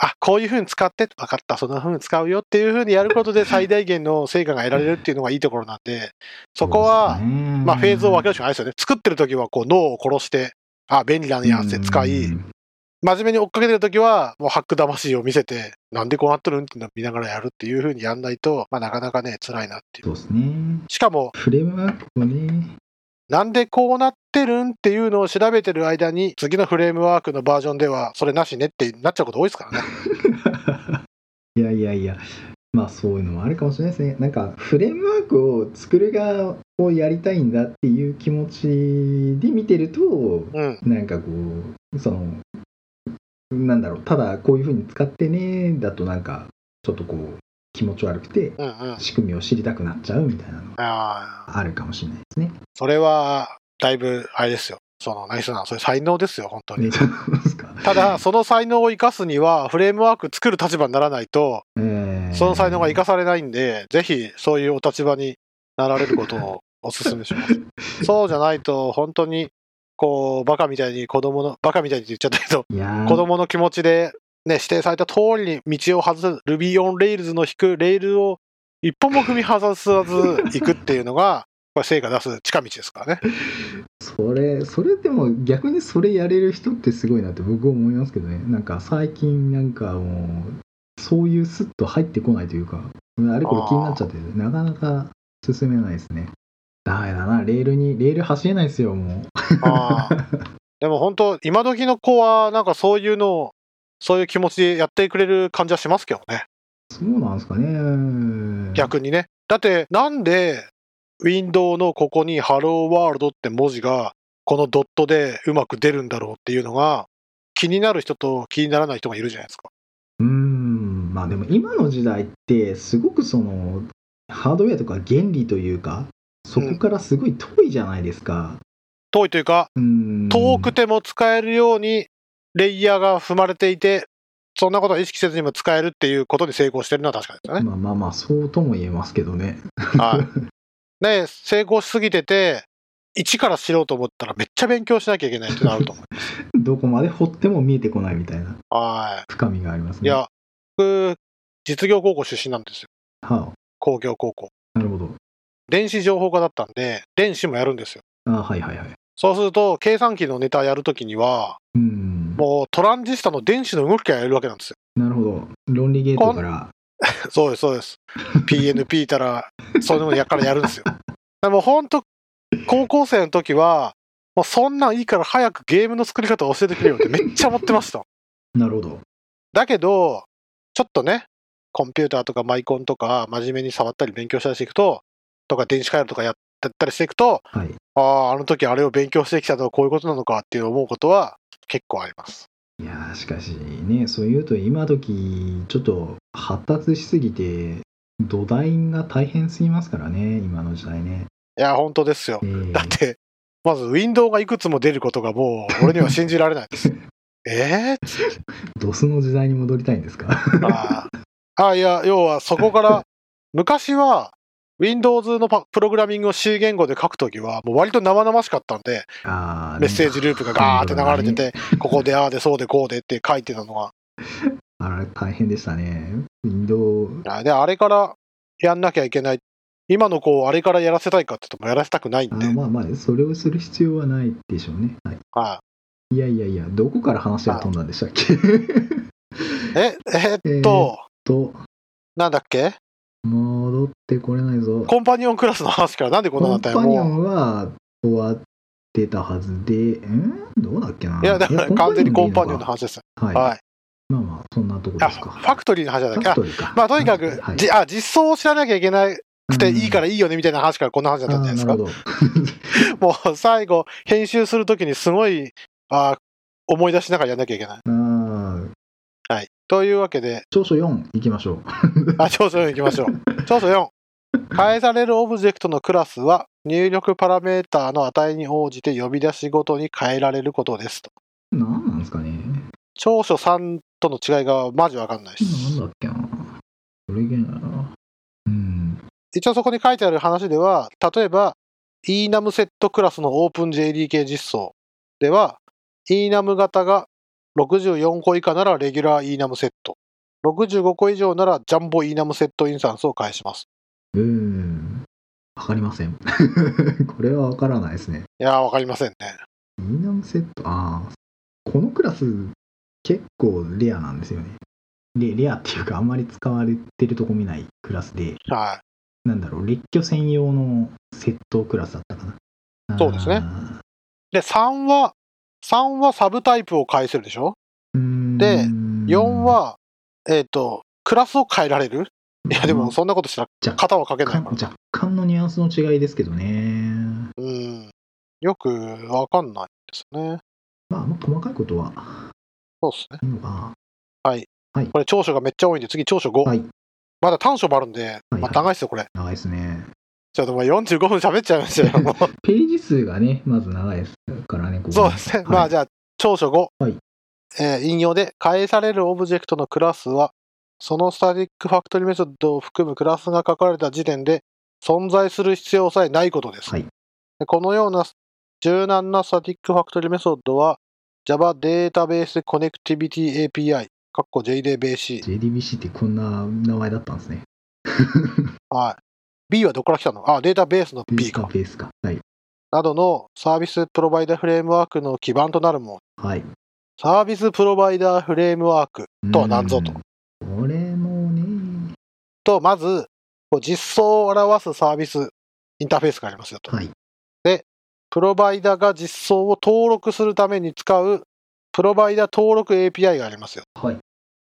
Speaker 1: あ、こういう風に使って、分かった、そんな風に使うよっていう風にやることで最大限の成果が得られるっていうのがいいところなんで、そこは、まあフェーズを分けるしかないですよね。作ってる時はこう脳を殺して、あ、便利なんやって使い、
Speaker 2: うん
Speaker 1: 真面目に追っかけてるときは、もうハック魂を見せて、なんでこうなっとるんっていうのを見ながらやるっていう風にやんないと、まあ、なかなかね、辛いなっていう。
Speaker 2: そうですね
Speaker 1: しかも、
Speaker 2: フレームワークもね
Speaker 1: なんでこうなってるんっていうのを調べてる間に、次のフレームワークのバージョンでは、それなしねってなっちゃうこと多いですからね。
Speaker 2: いやいやいや、まあそういうのもあるかもしれないですね。なんかフレームワークを作る側をやりたいんだっていう気持ちで見てると、
Speaker 1: うん。
Speaker 2: なんかこう、その、なんだろう、ただこういう風に使ってね、だとなんか、ちょっとこう、気持ち悪くて、
Speaker 1: うんうん。
Speaker 2: 仕組みを知りたくなっちゃうみたいなのが
Speaker 1: ああ、
Speaker 2: あるかもしれないで すね。
Speaker 1: それは、だいぶ、あれですよ。その、ナイスな、それ才能ですよ、本当に
Speaker 2: ね。そうですか。
Speaker 1: ただ、その才能を生かすには、フレームワーク作る立場にならないと、
Speaker 2: えー
Speaker 1: その才能が生かされないんで、ぜひそういうお立場になられることをお勧めします。そうじゃないと、本当に、こう、バカみたいに子供の、バカみたいにって言っちゃったけど、
Speaker 2: いやー
Speaker 1: 子供の気持ちで、ね、指定された通りに道を外せず、Ruby on Rails の引くレールを一歩も踏み外さず行くっていうのが、 これ成果出す近道ですからね。
Speaker 2: それそれでも逆にそれやれる人ってすごいなって僕は思いますけどねなんか最近なんかもうそういうスッと入ってこないというかあれこれ気になっちゃってなかなか進めないですねダメだなレールにレール走れないですよもう
Speaker 1: あーでも本当、今時の子は、なんかそういうのを、そういう気持ちでやってくれる感じはしますけどね。
Speaker 2: そうなんですかね
Speaker 1: 逆にね。だって、なんで、ウィンドウのここに、ハローワールドって文字が、このドットでうまく出るんだろうっていうのが、気になる人と気にならない人がいるじゃないですか。
Speaker 2: うーんまあでも今の時代ってすごくそのハードウェアとか原理というかそこからすごい遠いじゃないですか、
Speaker 1: 遠いというか、
Speaker 2: うーん、
Speaker 1: 遠くても使えるように、レイヤーが踏まれていて、そんなことは意識せずにも使えるっていうことに成功してるのは確かですよね。
Speaker 2: まあまあまあそうとも言えますけどね
Speaker 1: はい。ね成功しすぎてて、一から知ろうと思ったらめっちゃ勉強しなきゃいけないってなると思う。
Speaker 2: どこまで掘っても見えてこないみたいな
Speaker 1: は
Speaker 2: 深みがあります
Speaker 1: い。い
Speaker 2: ね。
Speaker 1: や、僕、実業高校出身なんですよ。
Speaker 2: は
Speaker 1: 工業高校。
Speaker 2: あ、なるほど。
Speaker 1: 電子情報科だったんで、電子もやるんですよ。
Speaker 2: あはいはいはい。
Speaker 1: そうすると、計算機のネタやるときには、
Speaker 2: うん。
Speaker 1: もうトランジスタの電子の動きからやるわけなんですよ。
Speaker 2: なるほど。論理ゲートから。
Speaker 1: そうです、そうです。PNP たら、そういうのやからやるんですよ。 でも本当、高校生の時は、もうそんなんいいから早くゲームの作り方を教えてくれよってめっちゃ思ってました。
Speaker 2: なるほど。
Speaker 1: だけど、ちょっとね、コンピューターとかマイコンとか、真面目に触ったり勉強したりしていくと、とか電子回路とかやってったりしていくと、
Speaker 2: はい。
Speaker 1: ああ、あの時あれを勉強してきたとはこういうことなのかっていう思うことは結構あります。
Speaker 2: いやーしかしねそういうと今時ちょっと発達しすぎて土台が大変すぎますからね今の時代ね、
Speaker 1: いや、本当ですよ
Speaker 2: え。ー
Speaker 1: だ って、まずウィンドウがいくつも出ることがもう、俺には信じられない です。えー、
Speaker 2: ドスの時代に戻りたいんですか
Speaker 1: あーあー、いや、要はそこから、昔は、Windows のパプログラミングを C 言語で書くときは、もう割と生々しかったんで、
Speaker 2: あ
Speaker 1: メッセージループがガーって流れてて、ここでああでそうでこうでって書いてたのが、
Speaker 2: あれ大変でしたねウィンドウ
Speaker 1: あで、あれからやんなきゃいけない。今の子をあれからやらせたいかって言うともうやらせたくないん
Speaker 2: あ
Speaker 1: で、
Speaker 2: ーまあまあそれをする必要はないでしょうね、はい、
Speaker 1: はい
Speaker 2: やいやいやどこから話が飛んだんでしたっけ
Speaker 1: いえ、えっと、
Speaker 2: と
Speaker 1: なんだっけ
Speaker 2: 戻ってこれないぞ
Speaker 1: コンパニオンクラスの話からなんでこんな
Speaker 2: コ
Speaker 1: にな
Speaker 2: ン
Speaker 1: ったんや
Speaker 2: パニオ
Speaker 1: もう。
Speaker 2: ンは終わってたはずで、んどうだっけない
Speaker 1: いや、だから完全にコンパニオンの
Speaker 2: は
Speaker 1: 話ですよ。
Speaker 2: はい。
Speaker 1: はい。
Speaker 2: まあまあ、そんなとこ
Speaker 1: あ、
Speaker 2: です
Speaker 1: フ
Speaker 2: か。
Speaker 1: ァクトリーの話じゃな
Speaker 2: フ
Speaker 1: きゃ
Speaker 2: ァ
Speaker 1: あ
Speaker 2: ク、トリーか。
Speaker 1: まあとにかく、
Speaker 2: はい
Speaker 1: じあ実装を知らなきゃいけなくていいからいいよねみたいな話からこんな話だったんじゃないです
Speaker 2: あ
Speaker 1: か
Speaker 2: ー。なる
Speaker 1: もう最後、編集するときにすごい、あ思い出しながらやんなきゃいけない。
Speaker 2: ほど。あー
Speaker 1: はい。というわけで、
Speaker 2: 長所4いきましょう。
Speaker 1: あ、長所4行きましょう。長所4。返されるオブジェクトのクラスは入力パラメーターの値に応じて呼び出しごとに変えられることですと。
Speaker 2: なんなんですかね。
Speaker 1: 長所3との違いがマジわかんないです。
Speaker 2: なんだっけな。それ以外だな。うん。
Speaker 1: 一応そこに書いてある話では、例えば、enum セットクラスの OpenJDK 実装では、enum 型が64個以下ならレギュラー enum セット、65個以上ならジャンボ enum セットインスタンスを返します。
Speaker 2: うーん。わかりません。 これはわからないですね。
Speaker 1: いやー、わかりませんね。
Speaker 2: ミーナムセット、ああ、このクラス結構レアなんですよね。レレアっていうか、あんまり使われてるとこ見ないクラスで、
Speaker 1: は
Speaker 2: なんだろう、列挙専用のセットクラスだったかな。
Speaker 1: そうですね
Speaker 2: あ
Speaker 1: い。で、3は、3はサブタイプを返せるでしょ
Speaker 2: ー。うーん
Speaker 1: で、?4、は、えっ、と、クラスを変えられる いや、でもそんなことした
Speaker 2: じゃ
Speaker 1: ら型はかけな
Speaker 2: 若
Speaker 1: い
Speaker 2: 干
Speaker 1: から。
Speaker 2: 若干のニュアンスの違いですけどね。
Speaker 1: うん。よくわかんないですね。
Speaker 2: まあ、まあ細かいことは
Speaker 1: そうですね。
Speaker 2: いいのか
Speaker 1: これ長所がめっちゃ多いんで、次長所5。
Speaker 2: な。はい、
Speaker 1: まだ短所もあるんで、
Speaker 2: はい
Speaker 1: まあ、長いですよ、これ。
Speaker 2: 長いですね。
Speaker 1: ちょっともう45分喋っちゃいましたよ。もう
Speaker 2: ページ数がね、まず長いですからね、ここ
Speaker 1: そうですね。
Speaker 2: はい
Speaker 1: まあ、じゃあ、長所5。
Speaker 2: はい
Speaker 1: えー引用で、返されるオブジェクトのクラスは、そのスタティックファクトリーメソッドを含むクラスが書かれた時点で、存在する必要さえないことです。
Speaker 2: はい
Speaker 1: でこのような柔軟なスタティックファクトリーメソッドは、Java データベースコネクティビティ API、かっこ JDBC。
Speaker 2: JDBC ってこんな名前だったんですね。
Speaker 1: はい。B はどこから来たのあ、データベースの B か。
Speaker 2: ベースか。はい。
Speaker 1: などのサービスプロバイダーフレームワークの基盤となるもの、
Speaker 2: はい。
Speaker 1: サービスプロバイダーフレームワークとは何ぞと
Speaker 2: うん。これもね、
Speaker 1: と、まず、こう実装を表すサービスインターフェースがありますよと。
Speaker 2: はい。
Speaker 1: プロバイダーが実装を登録するために使うプロバイダー登録 API がありますよ。
Speaker 2: はい。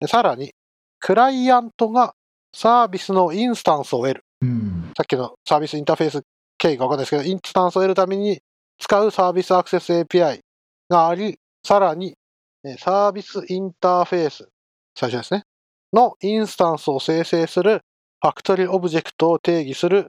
Speaker 1: でさらに、クライアントがサービスのインスタンスを得る。
Speaker 2: うん。
Speaker 1: さっきのサービスインターフェース経緯がわかんないですけど、インスタンスを得るために使うサービスアクセス API があり、さらに、えーサービスインターフェース、最初ですね、のインスタンスを生成するファクトリーオブジェクトを定義する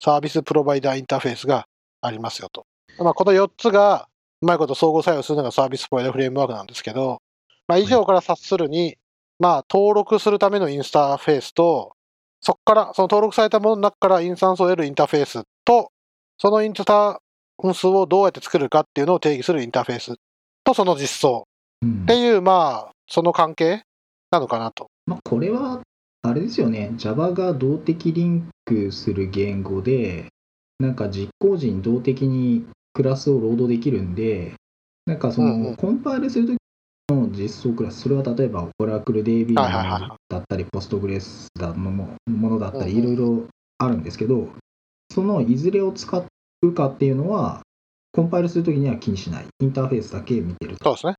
Speaker 1: サービスプロバイダーインターフェースがありますよと。まあ、この4つが、うまいこと相互作用するのがサービスプロバイダーフレームワークなんですけど、まあ、以上から察するに、まあ、登録するためのインスターフェースと、そこから、その登録されたものの中からインスタンスを得るインターフェースと、そのインスタンスをどうやって作るかっていうのを定義するインターフェースとその実装
Speaker 2: うん
Speaker 1: っていう、まあ、その関係なのかなと。
Speaker 2: まあ、これは、あれですよね。Java が動的リンクする言語で、なんか実行時に動的にクラスをロードできるんで、なんかそ
Speaker 1: うんうん
Speaker 2: の、コンパイルするときの実装クラス、それは例えば Oracle DB
Speaker 1: はいはいはいは
Speaker 2: だったり、Postgres だのもものだったり、
Speaker 1: う
Speaker 2: い
Speaker 1: んう
Speaker 2: ろ
Speaker 1: ん
Speaker 2: いろあるんですけど、そのいずれを使うかっていうのは、コンパイルするときには気にしない。インターフェースだけ見てると。
Speaker 1: そう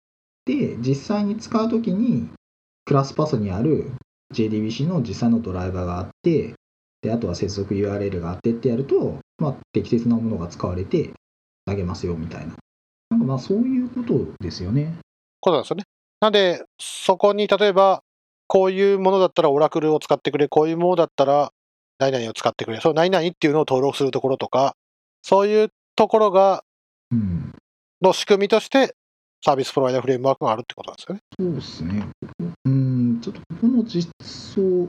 Speaker 1: ですね。
Speaker 2: で、実際に使うときに、クラスパスにある JDBC の実際のドライバーがあって、であとは接続 URL があってってやると、まあ、適切なものが使われて投げますよみたいな。なんかまあそういうことですよね。
Speaker 1: ことなんですよね。なんで、そこに例えば、こういうものだったらオラクルを使ってくれ、こういうものだったら何々を使ってくれ、その何々っていうのを登録するところとか、そういうところが、
Speaker 2: うん、
Speaker 1: の仕組みとして、サービスプロワイダーフレームワークがあるってことなんですよね。
Speaker 2: そうですね。うん、ちょっとここの実装、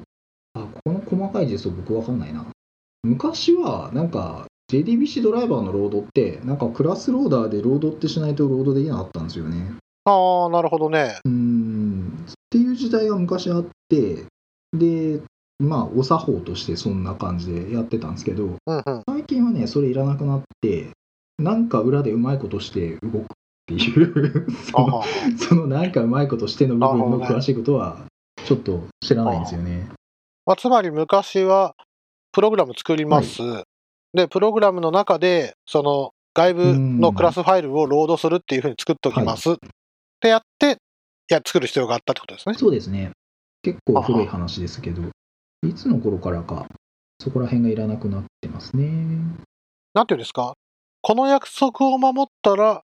Speaker 2: あ、この細かい実装僕わかんないな。昔は、なんか、JDBC ドライバーのロードって、なんかクラスローダーでロードってしないとロードできなかったんですよね。
Speaker 1: ああ、なるほどね。
Speaker 2: うん、っていう時代が昔あって、で、まあ、お作法としてそんな感じでやってたんですけど、
Speaker 1: うんうん。
Speaker 2: 最近はねそれいらなくなってなんか裏でうまいことして動くっていうそ
Speaker 1: あ
Speaker 2: の
Speaker 1: は
Speaker 2: そのなんかうまいことしての部分
Speaker 1: あ
Speaker 2: の
Speaker 1: はい
Speaker 2: 詳しいことはちょっと知らないんですよね。
Speaker 1: まあ、つまり昔は、プログラム作ります。で、プログラムの中で、その外部のクラスファイルをロードするっていうふうに作っておきます。ってやって、いや、作る必要があったってことですね。
Speaker 2: そうですね結構古い話ですけどいつの頃からかそこら辺がいらなくなってますね。
Speaker 1: なんていうんですかこの約束を守ったら、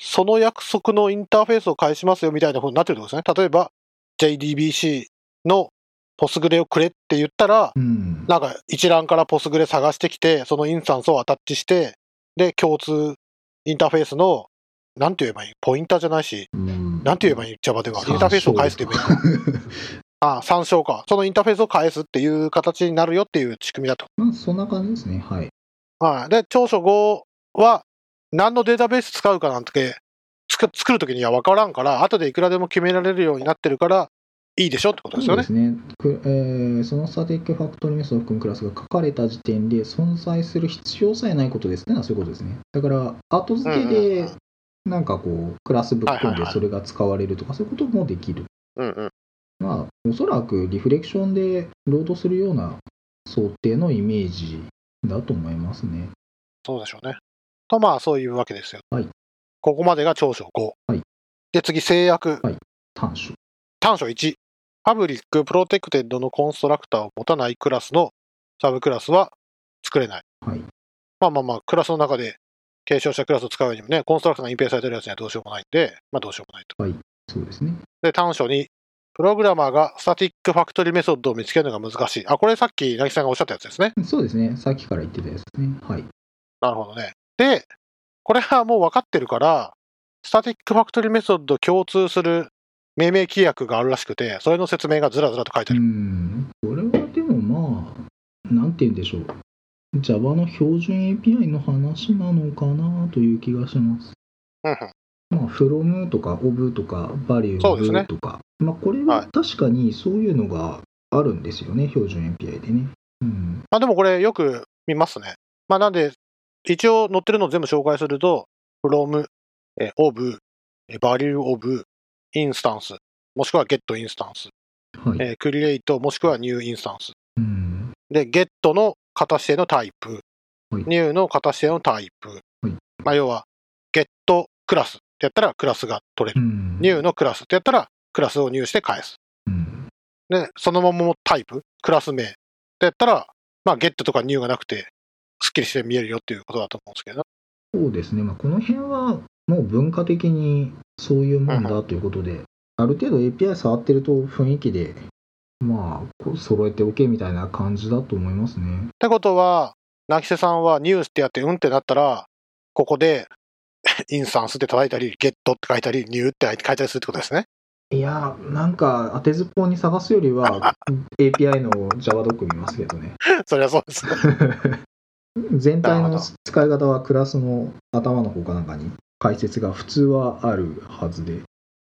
Speaker 1: その約束のインターフェースを返しますよみたいなことになってるってことですね。例えば、JDBC のポスグレをくれって言ったら、
Speaker 2: うん、
Speaker 1: なんか一覧からポスグレ探してきて、そのインスタンスをアタッチして、で、共通インターフェースの、なんて言えばいいポインターじゃないし、なんて言えば
Speaker 2: い
Speaker 1: いい ?Java では。
Speaker 2: 参照
Speaker 1: インターフェースを返すって言えばいいのか。ああ、参照か。そのインターフェースを返すっていう形になるよっていう仕組みだと。
Speaker 2: まあそんな感じですねはい。
Speaker 1: はい。で、長所5は、何のデータベース使うかなんて、つく作るときには分からんから、後でいくらでも決められるようになってるから、いいでしょってことですよね。
Speaker 2: そうですね。くえーそのスタティックファクトリーメソッドのクラスが書かれた時点で存在する必要さえないことですね。そういうことですね。だから、後付け
Speaker 1: うんうん
Speaker 2: で
Speaker 1: うん、
Speaker 2: なんかこう、クラスぶっ込
Speaker 1: はい
Speaker 2: ん
Speaker 1: はい
Speaker 2: で
Speaker 1: はい
Speaker 2: それが使われるとか、そういうこともできる。
Speaker 1: うんうん。
Speaker 2: まあ、おそらくリフレクションでロードするような想定のイメージだと思いますね。
Speaker 1: そうでしょうね。と、まあ、そういうわけですよ。
Speaker 2: はい
Speaker 1: ここまでが長所5。
Speaker 2: はい
Speaker 1: で、次、制約。
Speaker 2: 短所。
Speaker 1: 短所1。パブリック、プロテクテッドのコンストラクターを持たないクラスのサブクラスは作れない。
Speaker 2: はい
Speaker 1: まあまあまあ、クラスの中で継承したクラスを使うよりもね、コンストラクターが隠蔽されてるやつにはどうしようもないんで、まあどうしようもないと。
Speaker 2: そうですね。
Speaker 1: で、短所2。プログラマーがスタティックファクトリーメソッドを見つけるのが難しい。あ、これさっき、なぎさんがおっしゃったやつですね。
Speaker 2: そうですね。さっきから言ってたやつですね。はい。
Speaker 1: なるほどね。で、これはもう分かってるから、スタティックファクトリーメソッド共通する命名規約があるらしくて、それの説明がずらずらと書いて
Speaker 2: う
Speaker 1: ある。
Speaker 2: ん、これはでもまあ、なんて言うんでしょう。Java の標準 API の話なのかなという気がします。
Speaker 1: うんうん
Speaker 2: まあ、from とか of とか value
Speaker 1: そうですね
Speaker 2: とか、まあ、これ
Speaker 1: は
Speaker 2: はい確かにそういうのがあるんですよね、標準 API でね。うん、
Speaker 1: まあでもこれよく見ますね。まあなんで、一応載ってるのを全部紹介すると、from、えー of、えー value of、instance、もしくは get instance、
Speaker 2: はい。
Speaker 1: えー create もしくは new instance。
Speaker 2: うん、
Speaker 1: で、get の型指定のタイプ、
Speaker 2: はい
Speaker 1: new の型指定のタイプ。
Speaker 2: はい
Speaker 1: まあ要は、get クラスってやったらクラスが取れ
Speaker 2: う
Speaker 1: る。
Speaker 2: ん、
Speaker 1: new のクラスってやったらクラスを入して返す。
Speaker 2: うん
Speaker 1: で、そのままもタイプ、クラス名ってやったら、まあ、ゲットとかニューがなくて、すっきりして見えるよっていうことだと思うんですけど、
Speaker 2: そうですね、まあ、この辺はもう文化的にそういうもんだということで、ある程度 API 触ってると雰囲気で、まあ、こう揃えておけみたいな感じだと思いますね。
Speaker 1: ってことは、なきせさんはニュースってやって、うんってなったら、ここで、 インスタンスって叩いたり、ゲットって書いたり、ニューって書いたりするってことですね。
Speaker 2: いやー、なんか当てずっぽうに探すより は、API の Java ドック見ますけどね。
Speaker 1: そりゃそうです。
Speaker 2: 全体
Speaker 1: なる
Speaker 2: の
Speaker 1: ほ
Speaker 2: 使い方はクラスの頭の方かなんかに解説が普通はあるはずで。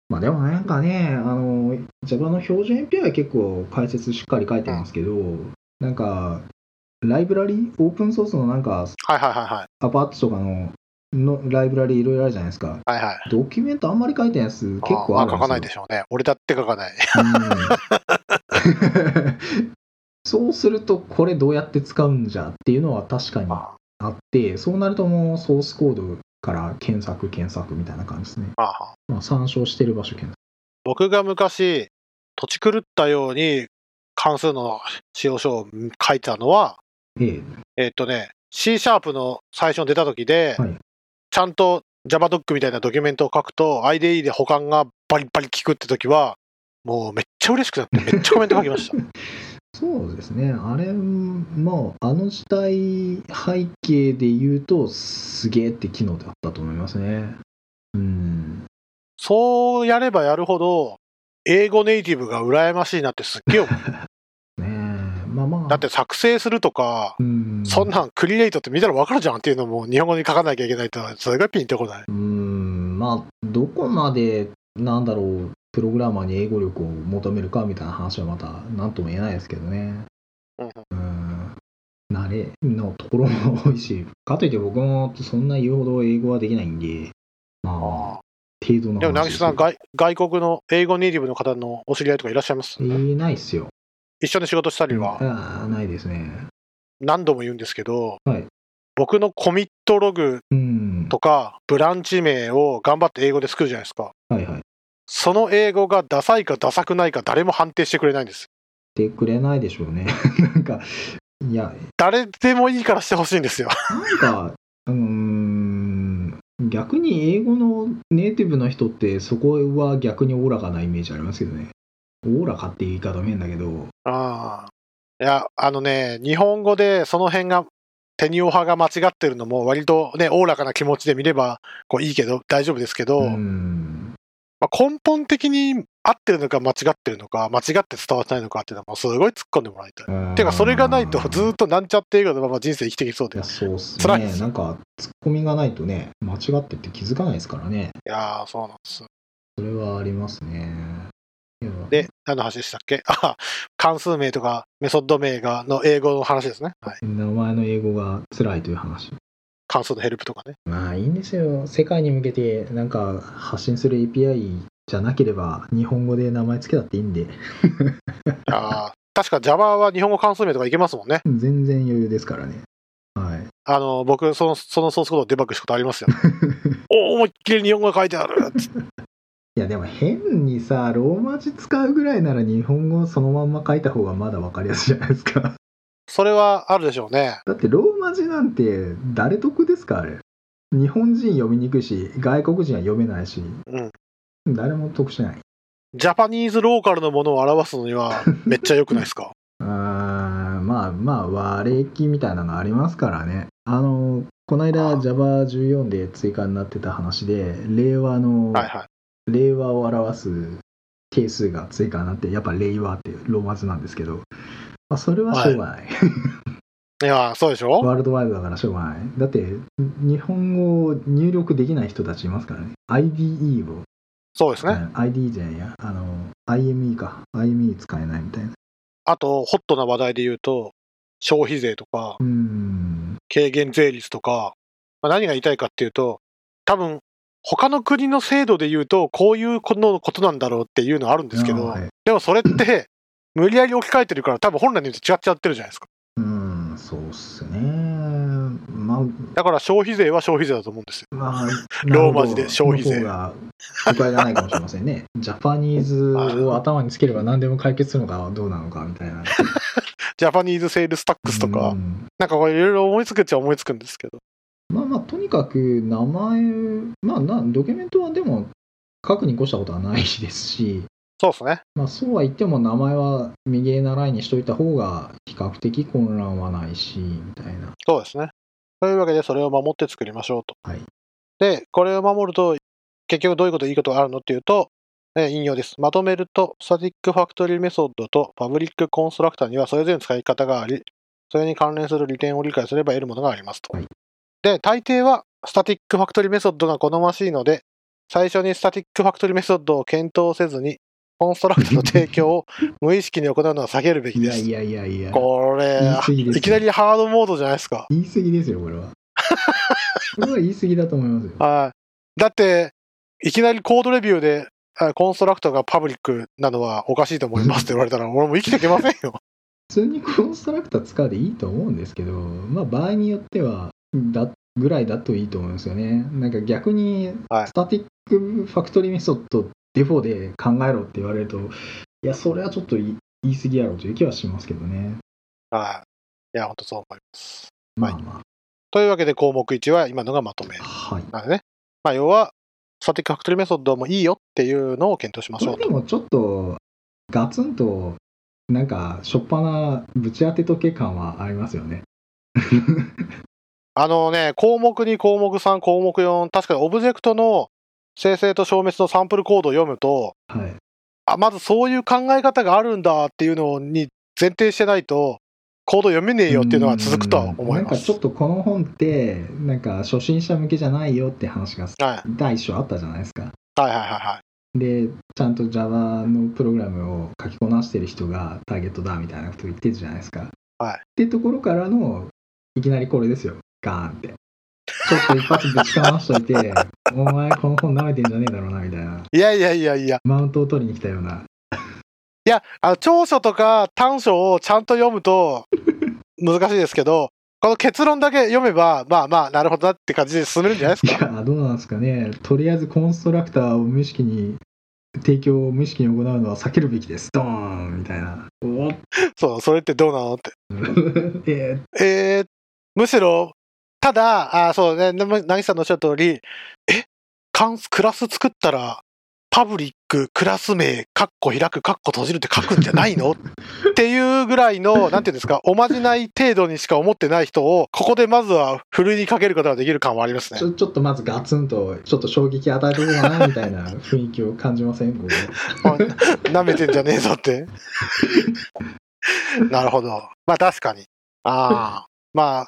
Speaker 2: まあでもなんかね、あの、Java の標準 API は結構解説しっかり書いてますけど、なんか、ライブラリオープンソースのなんか、
Speaker 1: はいはいは
Speaker 2: アパートとかののライブラリいろいろあるじゃないですか。
Speaker 1: いはい。はいはい。
Speaker 2: ドキュメントあんまり書いてないやつ結構あるんで
Speaker 1: ま
Speaker 2: すよ。
Speaker 1: 書かないでしょうね。俺だって書かない。
Speaker 2: うん そうするとこれどうやって使うんじゃっていうのは確かにあ
Speaker 1: あ
Speaker 2: ってそうなるともうソースコードから検索検索みたいな感じですね、
Speaker 1: ああ
Speaker 2: まあ、参照してる場所検
Speaker 1: 僕が昔、土地狂ったように関数の使用書を書いたのは、
Speaker 2: 索え
Speaker 1: えっとね、C シャープの最初に出た時で、
Speaker 2: はい
Speaker 1: ちゃんと JavaDoc みたいなドキュメントを書くと IDE で保管がバリバリ効くって時はもうめっちゃ嬉しくなってめっちゃコメント書きました
Speaker 2: そうですね、あれ、まあ、あの時代背景で言うと、すげえって機能だったと思いますね。うん。
Speaker 1: そうやればやるほど英語ネイティブが羨ましいなってすっげえ思 う
Speaker 2: ねえ、まあまあ。
Speaker 1: だって作成するとか
Speaker 2: うん、
Speaker 1: そんなんクリエイトって見たら分かるじゃんっていうのも日本語に書かなきゃいけないとそれがピンとこない
Speaker 2: うん、まあ、どこまで、なんだろう、プログラマーに英語力を求めるかみたいな話はまた、なんとも言えないですけどね。
Speaker 1: うんうん
Speaker 2: うん。慣れのところも多いし、かといって僕もそんな言うほど英語はできないんで、まあ、程度の話
Speaker 1: でも、なぎ
Speaker 2: す
Speaker 1: さん、外外国の英語ネイティブの方のお知り合いとかいらっしゃいます、
Speaker 2: えーないっすよ。
Speaker 1: 一緒に仕事したりは
Speaker 2: ああ、ないですね。
Speaker 1: 何度も言うんですけど、
Speaker 2: はい
Speaker 1: 僕のコミットログ
Speaker 2: うん。
Speaker 1: とかブランチ名を頑張って英語で作るじゃないですか。
Speaker 2: はいはい。
Speaker 1: その英語がダサいかダサくないか誰も判定してくれないんです。
Speaker 2: してくれないでしょうね。 なんか、いや、
Speaker 1: 誰でもいいからしてほしいんですよ。
Speaker 2: なんか、うーん、逆に英語のネイティブの人って、そこは逆におおらかなイメージありますけどね。おおらかって言い方変だけど、
Speaker 1: ああ。いや、あのね、日本語でその辺が、テニオ派が間違ってるのも割とね、おおらかな気持ちで見ればこういいけど、大丈夫ですけど、
Speaker 2: うーん、
Speaker 1: まあ、根本的に合ってるのか間違ってるのか、間違って伝わってないのかっていうのもすごい突っ込んでもらいたい。てか、それがないとずーっと
Speaker 2: と。
Speaker 1: なんちゃって英語のまま人生生きてきそう
Speaker 2: い
Speaker 1: で
Speaker 2: や、。そうっす
Speaker 1: 辛いっ
Speaker 2: ね。
Speaker 1: す
Speaker 2: なんか、ツッコミがないとね、間違ってって気づかないですからね。
Speaker 1: いやー、そうなんです。
Speaker 2: それはありますね。いや
Speaker 1: で、何の話でしたっけ あ、関数名とかメソッド名がの英語の話ですね。はい。
Speaker 2: 名前の英語が辛いという話。
Speaker 1: 関数のヘルプとかね。
Speaker 2: まあいいんですよ。世界に向けてなんか発信する API じゃなければ日本語で名前つけたっていいんで、
Speaker 1: いやー確か Java は日本語関数名とかいけますもんね。
Speaker 2: 全然余裕ですからね。はい。
Speaker 1: あの、僕、その、そのソースコードをデバッグしたことあります よ。お思いっきり日本語が書いてあるつって
Speaker 2: いやでも変にさ、ローマ字使うぐらいなら日本語そのまんま書いた方がまだわかりやすいじゃないですか。
Speaker 1: それはあるでしょうね。
Speaker 2: だってローマ字なんて誰得ですかあれ。日本人読みにくいし、外国人は読めないし、
Speaker 1: うん。
Speaker 2: 誰も得しない。
Speaker 1: ジャパニーズローカルのものを表すのにはめっちゃ良くないですか
Speaker 2: うーんまあまあ割れきみたいなのありますからねあのこの間
Speaker 1: あ
Speaker 2: Java14 で追加になってた話で令和の、
Speaker 1: はいはい。
Speaker 2: 令和を表す定数が追加になってやっぱ令和ってローマ字なんですけど、まあ、それはしょうがない、
Speaker 1: いやーそうでしょ
Speaker 2: ワールドワイドだからしょうがないだって日本語を入力できない人たちいますからね IDE を、
Speaker 1: そうですね。
Speaker 2: うん IDE じゃないやあの IME か IME 使えないみたいな
Speaker 1: あと、ホットな話題で言うと、消費税とか、
Speaker 2: うーん
Speaker 1: 軽減税率とか、まあ、何が言いたいかっていうと、多分、他の国の制度で言うと、こういうことのことなんだろうっていうのはあるんですけど、
Speaker 2: はい
Speaker 1: でもそれって、無理やり置き換えてるから、多分本来の言うと違っちゃってるじゃないですか。
Speaker 2: うーん、そうっすね。ま
Speaker 1: だから消費税は消費税だと思うんですよ。
Speaker 2: あ、まあ、
Speaker 1: ローマ字で消費税
Speaker 2: の方が誤解がないかもしれません ね。ジャパニーズを頭につければ何でも解決するのかどうなのかみたいな。
Speaker 1: ジャパニーズセールスタックスとか、
Speaker 2: うん
Speaker 1: なんかこういろいろ思いつくっちゃ思いつくんですけど。
Speaker 2: まあまあ、とにかく名前、まあな、ドキュメントはでも書くに越したことはないですし、
Speaker 1: そうですね。
Speaker 2: まあそうは言っても名前は右へ習いにしといた方が比較的混乱はないし、みたいな。
Speaker 1: そうですね。というわけで、それを守って作りましょうと。
Speaker 2: はい
Speaker 1: で、これを守ると、結局どういうこといいことがあるのっていうと、えー引用です。まとめると、スタティックファクトリーメソッドとパブリックコンストラクターにはそれぞれの使い方があり、それに関連する利点を理解すれば得るものがありますと。
Speaker 2: はい
Speaker 1: で、大抵は、スタティックファクトリーメソッドが好ましいので、最初にスタティックファクトリーメソッドを検討せずに、コンストラクターの提供 を無意識に行うのは避けるべき
Speaker 2: い
Speaker 1: で
Speaker 2: や
Speaker 1: す。
Speaker 2: いやいやいや、
Speaker 1: これ、
Speaker 2: 言い過ぎですよ
Speaker 1: いきなりハードモードじゃないですか。
Speaker 2: 言い過ぎですよ、こ れは。これは言い過ぎだと思いますよ。
Speaker 1: はい。だって、いきなりコードレビューで、あコンストラクターがパブリックなのはおかしいと思いますって言われたら、俺も生きていけませんよ。
Speaker 2: 普通にコンストラクター使うでいいと思うんですけど、まあ、場合によってはだぐらいだといいと思うんですよね。なんか逆に
Speaker 1: はい
Speaker 2: スタティックファクトリーメソッドデフォで考えろって言われると、いや、それはちょっと言い言い過ぎやろという気はしますけどね。
Speaker 1: はい。いや、本当そう思います。
Speaker 2: まあま
Speaker 1: というわけで、項目1は今のがまとめ
Speaker 2: あ。はい。
Speaker 1: なんでね。まあ、要は、スタティックファクトリーメソッドもいいよっていうのを検討しましょ
Speaker 2: こ
Speaker 1: う
Speaker 2: れで
Speaker 1: と。
Speaker 2: もちょっとガツンとなんかしょっぱなぶち当てとけ感はありますよね。
Speaker 1: あのね、項目2、項目3、項目4、確かにオブジェクトの生成と消滅のサンプルコードを読むと、
Speaker 2: はい、
Speaker 1: あ、まずそういう考え方があるんだっていうのに前提してないと、コード読めねえよっていうのは続くとは思い
Speaker 2: うん
Speaker 1: ま
Speaker 2: なんか
Speaker 1: す
Speaker 2: ちょ。っとこの本ってなんか初心者向けじゃないよって話が
Speaker 1: はい、
Speaker 2: 第一章あったじゃないですか。
Speaker 1: はいはいはいはい。
Speaker 2: でちゃんと Java のプログラムを書きこなしてる人がターゲットだみたいなこと言ってるじゃないですか。
Speaker 1: はい
Speaker 2: ってところからのいきなりこれですよガーンって。ちょっと一発ぶちかましといて お前この本舐めてんじゃねえだろうなみたいない
Speaker 1: やいやいやいや。
Speaker 2: マウントを取りに来たようない
Speaker 1: や、あの、長所とか短所をちゃんと読むと 難しいですけど、この結論だけ読めば、まあまあ、なるほどなって感じで進めるんじゃない
Speaker 2: い
Speaker 1: ですか。
Speaker 2: やどうなんですかねとりあえずコンストラクターを無意識に提供を無意識に行うのは避けるべきですドーンみたいなお
Speaker 1: そう、それってどうなのって。
Speaker 2: えー
Speaker 1: えー、むしろ、ただ、あそうね、ななぎさんのおっしゃる通り、え関クラス作ったら、パブリック、クラス名、カッコ開く、カッコ閉じるって書くんじゃない のっていうぐらいの、なんていうんですか、おまじない程度にしか思ってない人を、ここでまずは、ふるいにかけることができる感はありますね
Speaker 2: ち。ょちょっとまずガツンとちょっと衝撃与えとこうかなみたいな雰囲気を感じません こ
Speaker 1: 舐めてんじゃねえぞって。 なるほど。まあ確かに。ああ。まあ、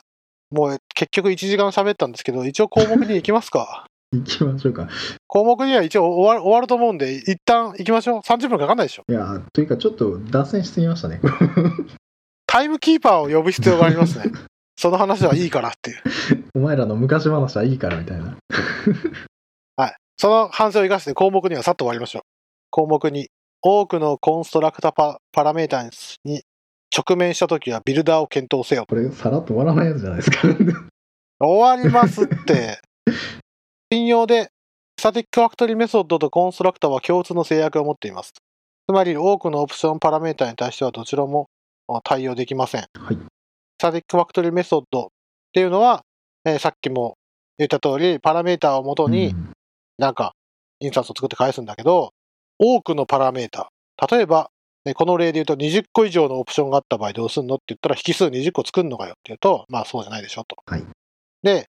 Speaker 1: もう結局1時間喋ったんですけど、一応項目に行きますか。
Speaker 2: れ行きましょうか
Speaker 1: 項目には一応終わる終わると思うんで、一旦行きましょう。30分かかんないでしょ。
Speaker 2: いやというかちょっと脱線しすぎましたね
Speaker 1: タイムキーパーを呼ぶ必要がありますね。 その話はいいからっていう。
Speaker 2: お前らの昔話はいいからみたいな
Speaker 1: その反省を生かして項目にはさっと終わりましょう。項目に多くのコンストラクタパパラメータに直面したときはビルダーを検討せよ。
Speaker 2: これさらっと終わらないやつじゃないですか
Speaker 1: 終わりますって。信用で、スタティックファクトリーメソッドとコンストラクターは共通の制約を持っています。つまり、多くのオプションパラメータに対してはどちらもあ対応できません。
Speaker 2: はい
Speaker 1: スタティックファクトリーメソッドっていうのは、えーさっきも言った通り、パラメータをもとに、
Speaker 2: うん
Speaker 1: なんか、インスタンスを作って返すんだけど、多くのパラメータ。例えば、ねこの例で言うと20個以上のオプションがあった場合どうすんのって言ったら引数20個作るのかよって言うと、まあそうじゃないでしょと。
Speaker 2: はい
Speaker 1: で、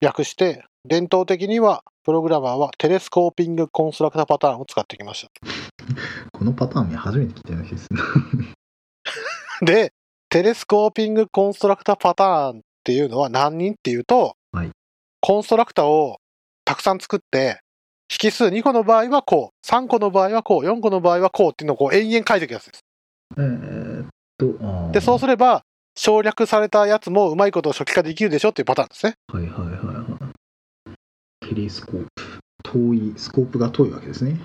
Speaker 1: 略して、伝統的にはプログラマーはテレスコーピングコンストラクターパターンを使ってきまし
Speaker 2: このパターンね初めて聞いたような気がする
Speaker 1: た。で、テレスコーピングコンストラクターパターンっていうのは何人っていうと、
Speaker 2: はい
Speaker 1: コンストラクターをたくさん作って、引数2個の場合はこう、3個の場合はこう、4個の場合はこうっていうのをこう延々書いていくやつです。
Speaker 2: えーっと、あー
Speaker 1: で、そうすれば、省略されたやつもうまいことを初期化できるでしょっていうパターンですね。
Speaker 2: はいはいはいはい。テレスコープ。遠い、スコープが遠いわけですね。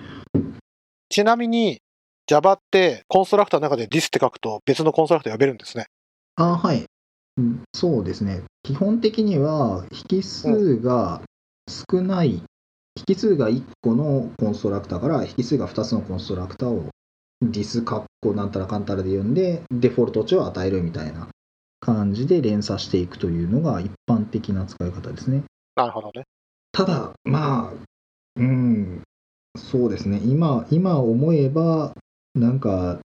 Speaker 1: ちなみに、Java ってコンストラクターの中で this って書くと別のコンストラクター呼べるんですね。
Speaker 2: あーはい、うんそうですね。基本的には、引数が少ない、引数が1個のコンストラクターから、引数が2つのコンストラクターを、ディスカッコなんたらかんたらで読んで、デフォルト値を与えるみたいな感じで連鎖していくというのが一般的な使い方ですね。
Speaker 1: なるほどね。
Speaker 2: ただまあうんそうですね今今思えばなんか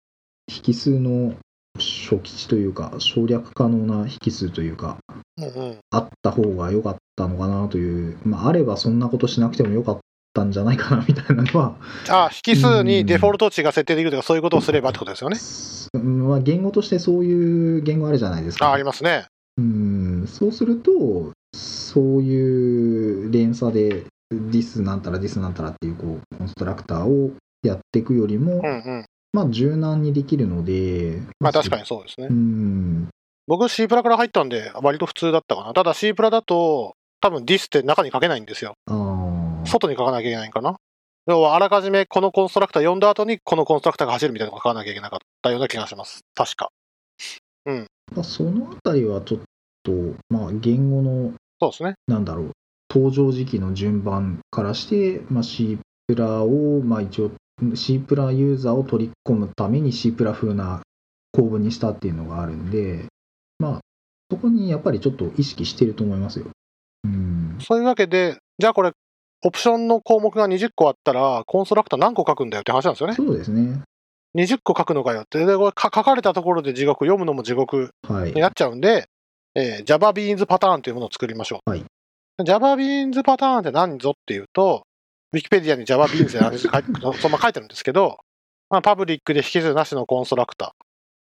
Speaker 2: 引数の初期値というか省略可能な引数というか
Speaker 1: うんうん。
Speaker 2: あった方が良かったのかなというまああればそんなことしなくても良かったんじゃないかなみたいなのは、
Speaker 1: あ、引数にデフォルト値が設定できるとかそういうことをすればってことですよね。
Speaker 2: すまあ、言語としてそういう言語あるじゃないですか。
Speaker 1: あ、ありますね。
Speaker 2: うんそうするとそういう連鎖でディスなんたらディスなんたらっていうこうコンストラクターをやっていくよりも、
Speaker 1: うんうん。
Speaker 2: まあ柔軟にできるので
Speaker 1: まあ確かにそうですね
Speaker 2: う。ん
Speaker 1: 僕 C プラから入ったんで割と普通だったかな。ただ C プラだと多分 this って中に書けないんですよ。
Speaker 2: あー
Speaker 1: 外に書かなきゃいけないんかな。要はあらかじめこのコンストラクター読んだ後にこのコンストラクターが走るみたいなのが書かなきゃいけなかったような気がします。確か。
Speaker 2: まあそのあたりはちょっとまあ言語の
Speaker 1: そうですね。
Speaker 2: なんだろう登場時期の順番からして、まあ、C プラを、まあ、一応 C プラユーザーを取り込むために C プラ風な構文にしたっていうのがあるんで、まあ、そこにやっぱりちょっと意識してると思いますよ。うん、
Speaker 1: そういうわけで、じゃあこれ、オプションの項目が20個あったら、コンストラクター何個書くんだよって話なんですよね。
Speaker 2: そうですね。
Speaker 1: 20個書くのかよって。で、これか書かれたところで地獄、読むのも地獄
Speaker 2: はい
Speaker 1: に。なっちゃうんで、えー JavaBeans パターンというものを作りましょう。
Speaker 2: はい
Speaker 1: JavaBeans パターンって何ぞっていうと、Wikipedia に JavaBeans で何ぞ書いそんな書いてるん ですけど、まあ、パブリックで引数なしのコンストラクタ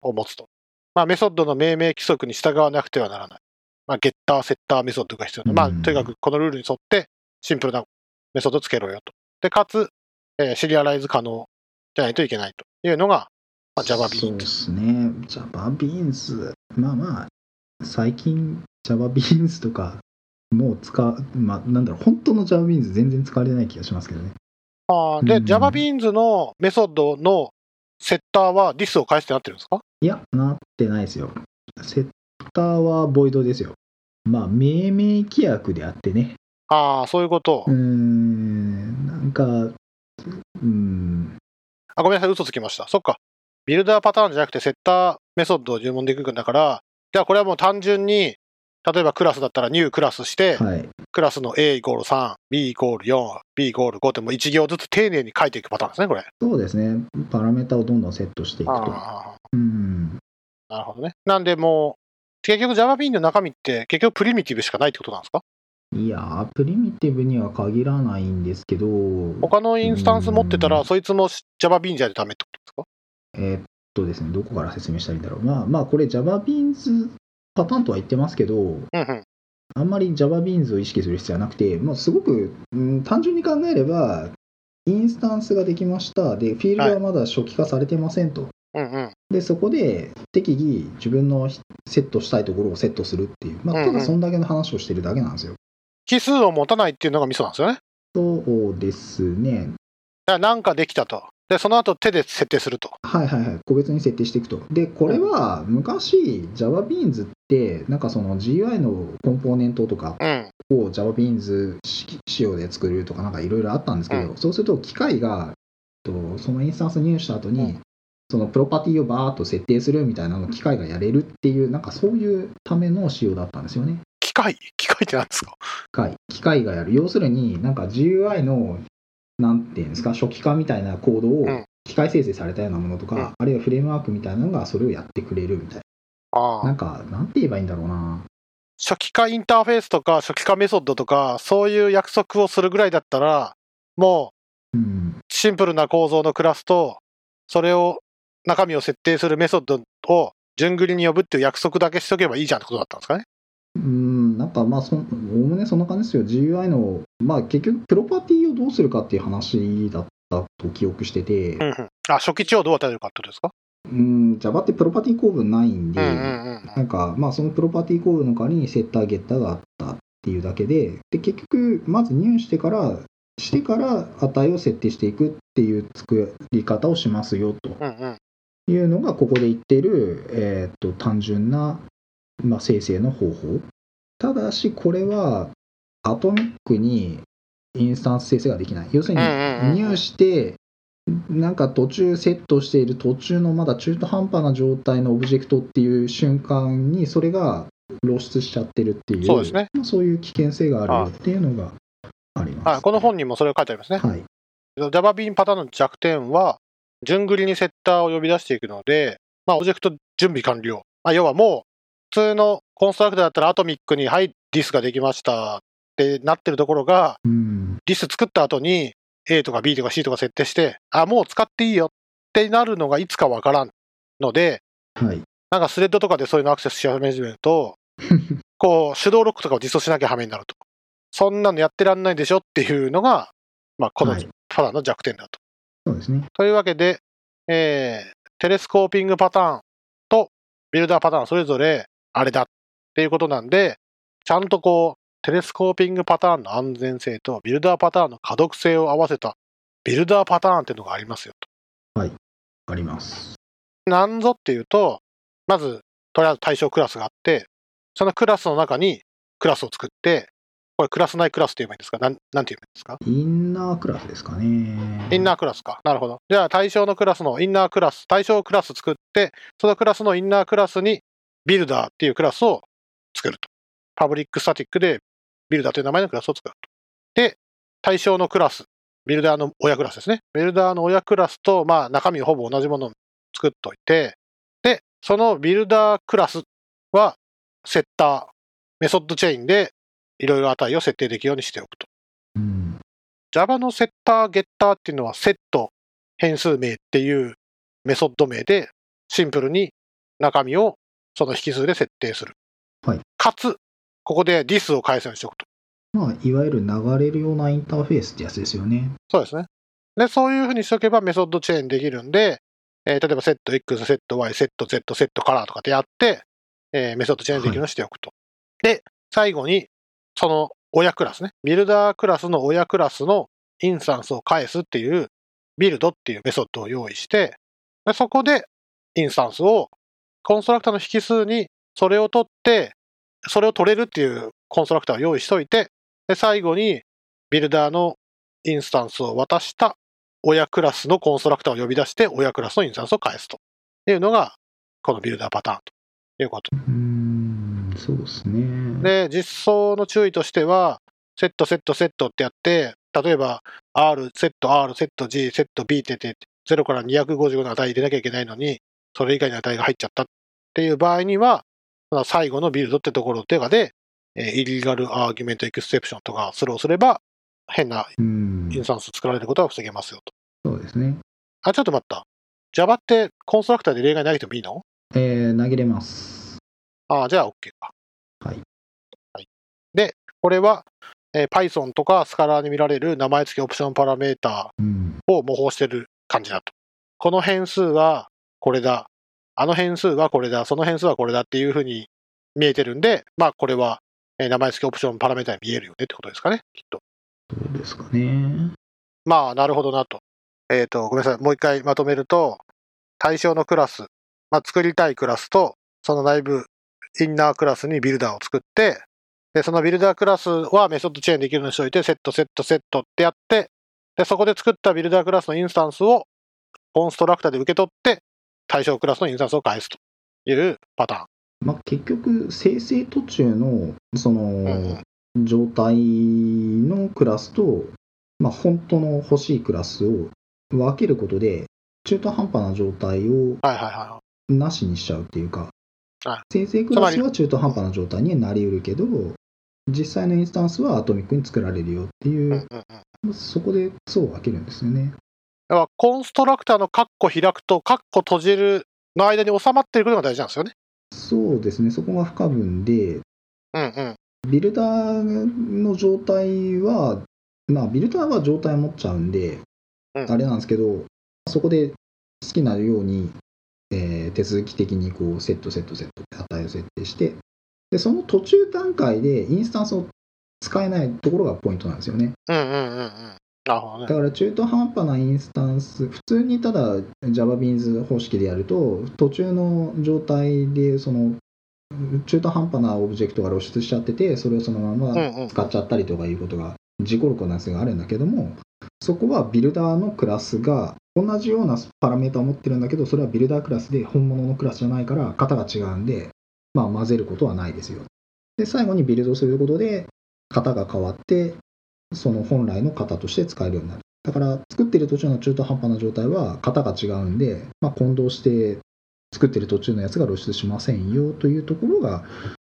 Speaker 1: ーを持つと。まあ、メソッドの命名規則に従わなくてはならない。まあ、ゲッター、セッターメソッドが必要な。まあ、
Speaker 2: うん
Speaker 1: とにかくこのルールに沿ってシンプルなメソッドをつけろよと。で、かつ、えーシリアライズ可能じゃないといけないというのが、まあ、
Speaker 2: そうで
Speaker 1: JavaBeans。
Speaker 2: すね。JavaBeans。まあまあ、最近 JavaBeans とか、もう使う、まあ、なんだろう、本当の JavaBeans 全然使われない気がしますけどね。
Speaker 1: あーで、
Speaker 2: うん
Speaker 1: JavaBeans のメソッドのセッターは this を返してなってるんですか
Speaker 2: いや、なってないですよ。セッターはボイドですよ。まあ、命名規約であってね。
Speaker 1: ああ、そういうこと
Speaker 2: うー。ん、なんか、うーん、
Speaker 1: あ、ごめんなさい、嘘つきました。そっか。ビルダーパターンじゃなくて、セッターメソッドを注文できるんだから、じゃあこれはもう単純に、例えばクラスだったら new クラスして、
Speaker 2: はい。
Speaker 1: クラスの A イコール3、B イコール4、B イコール5ってもう1行ずつ丁寧に書いていくパターンですね、これ。
Speaker 2: そうですね。パラメータをどんどんセットしていくと。
Speaker 1: ああ、
Speaker 2: うん、
Speaker 1: なるほどね。なんでもう、結局 JavaBean の中身って結局プリミティブしかないってことなんですか
Speaker 2: いやー、プリミティブには限らないんですけど、
Speaker 1: 他のインスタンス持ってた
Speaker 2: う
Speaker 1: ら、
Speaker 2: ん
Speaker 1: そいつも JavaBean じゃダメってことで
Speaker 2: えーっとですね、どこから説明したらいいんだろう。まあ、まあ、これ JavaBeans パターンとは言ってますけど、
Speaker 1: すかうんうん。
Speaker 2: あんまり JavaBeans を意識する必要はなくて、もうすごく、うん単純に考えれば、インスタンスができました。で、フィールドはまだ初期化されてませんと。
Speaker 1: うんうん。
Speaker 2: で、そこで適宜自分のひセットしたいところをセットするっていう、まあ、
Speaker 1: うんう
Speaker 2: た
Speaker 1: ん
Speaker 2: だそんだけの話をしてるだけなんですよ。
Speaker 1: 奇数を持たないっていうのがミソなんですよね。
Speaker 2: そうですね。
Speaker 1: だからなんかできたと。で、その後手で設定すると。
Speaker 2: はいはいはい。個別に設定していくと。で、これは昔 JavaBeans って、なんかその GUI のコンポーネントとか、
Speaker 1: うん。
Speaker 2: を JavaBeans 仕様で作るとかなんかいろいろあったんですけど、
Speaker 1: う
Speaker 2: そうすると機械がえっとそのインスタンス入手した後に、
Speaker 1: うん
Speaker 2: そのプロパティをバーッと設定するみたいなのを機械がやれるっていうなんかそういうための仕様だったんですよね
Speaker 1: 機械機械って何ですか
Speaker 2: 機械機械がやる要するになんか GUI のなんていうんですか初期化みたいなコード
Speaker 1: うん
Speaker 2: を機械生成されたようなものとか、
Speaker 1: うん
Speaker 2: あるいはフレームワークみたいなのがそれをやってくれるみたい
Speaker 1: あ
Speaker 2: ななんかなんて言えばいいんだろうな
Speaker 1: 初期化インターフェースとか、初期化メソッドとか、そういう約束をするぐらいだったら、もう
Speaker 2: うん
Speaker 1: シンプルな構造のクラスと、それを、中身を設定するメソッドを順繰りに呼ぶっていう約束だけしとけばいいじゃんってことだったんですかね。
Speaker 2: うーんなんかまあそんおおむねそんな感じですよ GUI のまあ結局プロパティをどうするかっていう話だったと記憶してて
Speaker 1: うんうん。あ、初期値をどう与えるかってことですか
Speaker 2: うーん Java ってプロパティ構文ないんで、
Speaker 1: うんうんうんうん。
Speaker 2: なんかまあそのプロパティ構文の代わりにセッターゲッターがあったっていうだけでで結局まず入してからしてから値を設定していくっていう作り方をしますよと
Speaker 1: うんうん。
Speaker 2: いうのがここで言ってる、えーっと単純な、まあ、生成の方法ただしこれはアトミックにインスタンス生成ができない要するに
Speaker 1: うんうんうん
Speaker 2: 入してなんか途中セットしている途中のまだ中途半端な状態のオブジェクトっていう瞬間にそれが露出しちゃってるっていう
Speaker 1: そうですね
Speaker 2: まあそういう危険性があるよっていうのがあります
Speaker 1: はい、この本にもそれが書いてありますね。
Speaker 2: はい
Speaker 1: JavaBean パターンの弱点は、順繰りにセッターを呼び出していくので、まあ、オブジェクト準備完了。まあ、要はもう、普通のコンストラクターだったらアトミックに、はい、ディスができましたってなってるところが、
Speaker 2: うん
Speaker 1: ディス作った後に A とか B とか C とか設定して、あ、もう使っていいよってなるのがいつかわからんので、
Speaker 2: はい
Speaker 1: なんかスレッドとかでそういうのアクセスし始めると、 こう、手動ロックとかを実装しなきゃはめになると。そんなのやってらんないでしょっていうのが、まあ、この
Speaker 2: はい
Speaker 1: パターンの弱点だと。
Speaker 2: そうですね
Speaker 1: というわけで、えーテレスコーピングパターンとビルダーパターンそれぞれあれだっていうことなんで、ちゃんとこう、テレスコーピングパターンの安全性とビルダーパターンの可読性を合わせたビルダーパターンっていうのがありますよと。
Speaker 2: あります
Speaker 1: なんぞっていうと、まず、とりあえず対象クラスがあって、そのクラスの中にクラスを作って、これクラス内クラスって言えばいいんですかなんなんて言えばいいんですか
Speaker 2: インナークラスですかね
Speaker 1: インナークラスか。なるほど。じゃあ対象のクラスのインナークラス、対象クラス作って、そのクラスのインナークラスにビルダーっていうクラスを作ると。パブリックスタティックでビルダーという名前のクラスを作ると。で、対象のクラス、ビルダーの親クラスですね。ビルダーの親クラスと、まあ、中身ほぼ同じものを作っといて、で、そのビルダークラスは、セッター、メソッドチェインで、いろいろ値を設定できるようにしておくと。
Speaker 2: うん。
Speaker 1: Java のセッター、ゲッターっていうのは、セット、変数名っていうメソッド名で、シンプルに中身をその引数で設定する。
Speaker 2: はい
Speaker 1: かつ、ここで this を返すようにしておくと。
Speaker 2: まあ、いわゆる流れるようなインターフェースってやつですよね。
Speaker 1: そうですね。で、そういうふうにしておけばメソッドチェーンできるんで、えー例えばセット X、セット Y、セット Z、セットカラーとかでやって、えーメソッドチェーンできるようにしておくと。で、最後に、その親クラスね、ビルダークラスの親クラスのインスタンスを返すっていう、ビルドっていうメソッドを用意して、でそこでインスタンスをコンストラクターの引数にそれを取って、それを取れるっていうコンストラクターを用意しといて、で最後にビルダーのインスタンスを渡した親クラスのコンストラクターを呼び出して、親クラスのインスタンスを返すというのが、このビルダーパターンということ。
Speaker 2: うーん、そうですね。
Speaker 1: で、実装の注意としては、セット、セット、セットってやって、例えば R、セット、R、セット、G、セット、B って言って、0から255の値入れなきゃいけないのに、それ以外の値が入っちゃったっていう場合には、まあ最後のビルドってところとかで、えーイリガルアーギュメントエクセプションとかスローすれば、変な
Speaker 2: うん
Speaker 1: インスタンス作られることは防げますよと。
Speaker 2: そうですね。
Speaker 1: あ、ちょっと待った。Java ってコンストラクターで例外投げてもいいの
Speaker 2: えー、投げれます。
Speaker 1: ああ、じゃあ OK か。
Speaker 2: はい。
Speaker 1: はい、で、これは、えー Python とか Scala に見られる名前付きオプションパラメータ
Speaker 2: うん。
Speaker 1: ーを模倣してる感じだと。この変数はこれだ。あの変数はこれだ。その変数はこれだっていうふうに見えてるんで、まあこれは、えー名前付きオプションパラメーターに見えるよねってことですかね、きっと。
Speaker 2: そうですかね。
Speaker 1: まあ、なるほどなと。えっ、と、ごめんなさい。もう一回まとめると、対象のクラス、まあ、作りたいクラスと、その内部、インナークラスにビルダーを作って、で、そのビルダークラスはメソッドチェーンできるようにしておいて、セット、セット、セットってやって、で、そこで作ったビルダークラスのインスタンスを、コンストラクターで受け取って、対象クラスのインスタンスを返すというパターン。
Speaker 2: まあ、結局、生成途中の、その、
Speaker 1: ん
Speaker 2: 状態のクラスと、まあ、本当の欲しいクラスを分けることで、中途半端な状態を
Speaker 1: はいはいは
Speaker 2: なしにしちゃうっていうか
Speaker 1: あ、
Speaker 2: 生成クラスは中途半端な状態にはなりうるけど、実際のインスタンスはアトミックに作られるよって
Speaker 1: い。
Speaker 2: い
Speaker 1: うん
Speaker 2: う、
Speaker 1: うんうん。
Speaker 2: そこで層を分けるんですよね。
Speaker 1: だからコンストラクターのカッコ開くと、カッコ閉じるの間に収まっていることが大事なんですよね。
Speaker 2: そうですね、そこが不可分で、
Speaker 1: うんうん。
Speaker 2: ビルダーの状態は、まあ、ビルダーは状態持っちゃうんで、
Speaker 1: うん
Speaker 2: あれなんですけど、そこで好きなように、えー手続き的にこうセット、セット、セットって値を設定してで、その途中段階でインスタンスを使えないところがポイントなんですよね。
Speaker 1: うんうんうんうん。なるほど
Speaker 2: だ
Speaker 1: ね。
Speaker 2: から中途半端なインスタンス、普通にただ JavaBeans 方式でやると、途中の状態でその中途半端なオブジェクトが露出しちゃってて、それをそのまま
Speaker 1: うんうん。
Speaker 2: 使っちゃったりとかいうことが事故る可能性があるんだけどもそこはビルダーのクラスが同じようなパラメータを持ってるんだけどそれはビルダークラスで本物のクラスじゃないから型が違うんで、まあ、混ぜることはないですよで最後にビルドすることで型が変わってその本来の型として使えるようになるだから作ってる途中の中途半端な状態は型が違うんで、まあ、混同して作ってる途中のやつが露出しませんよというところが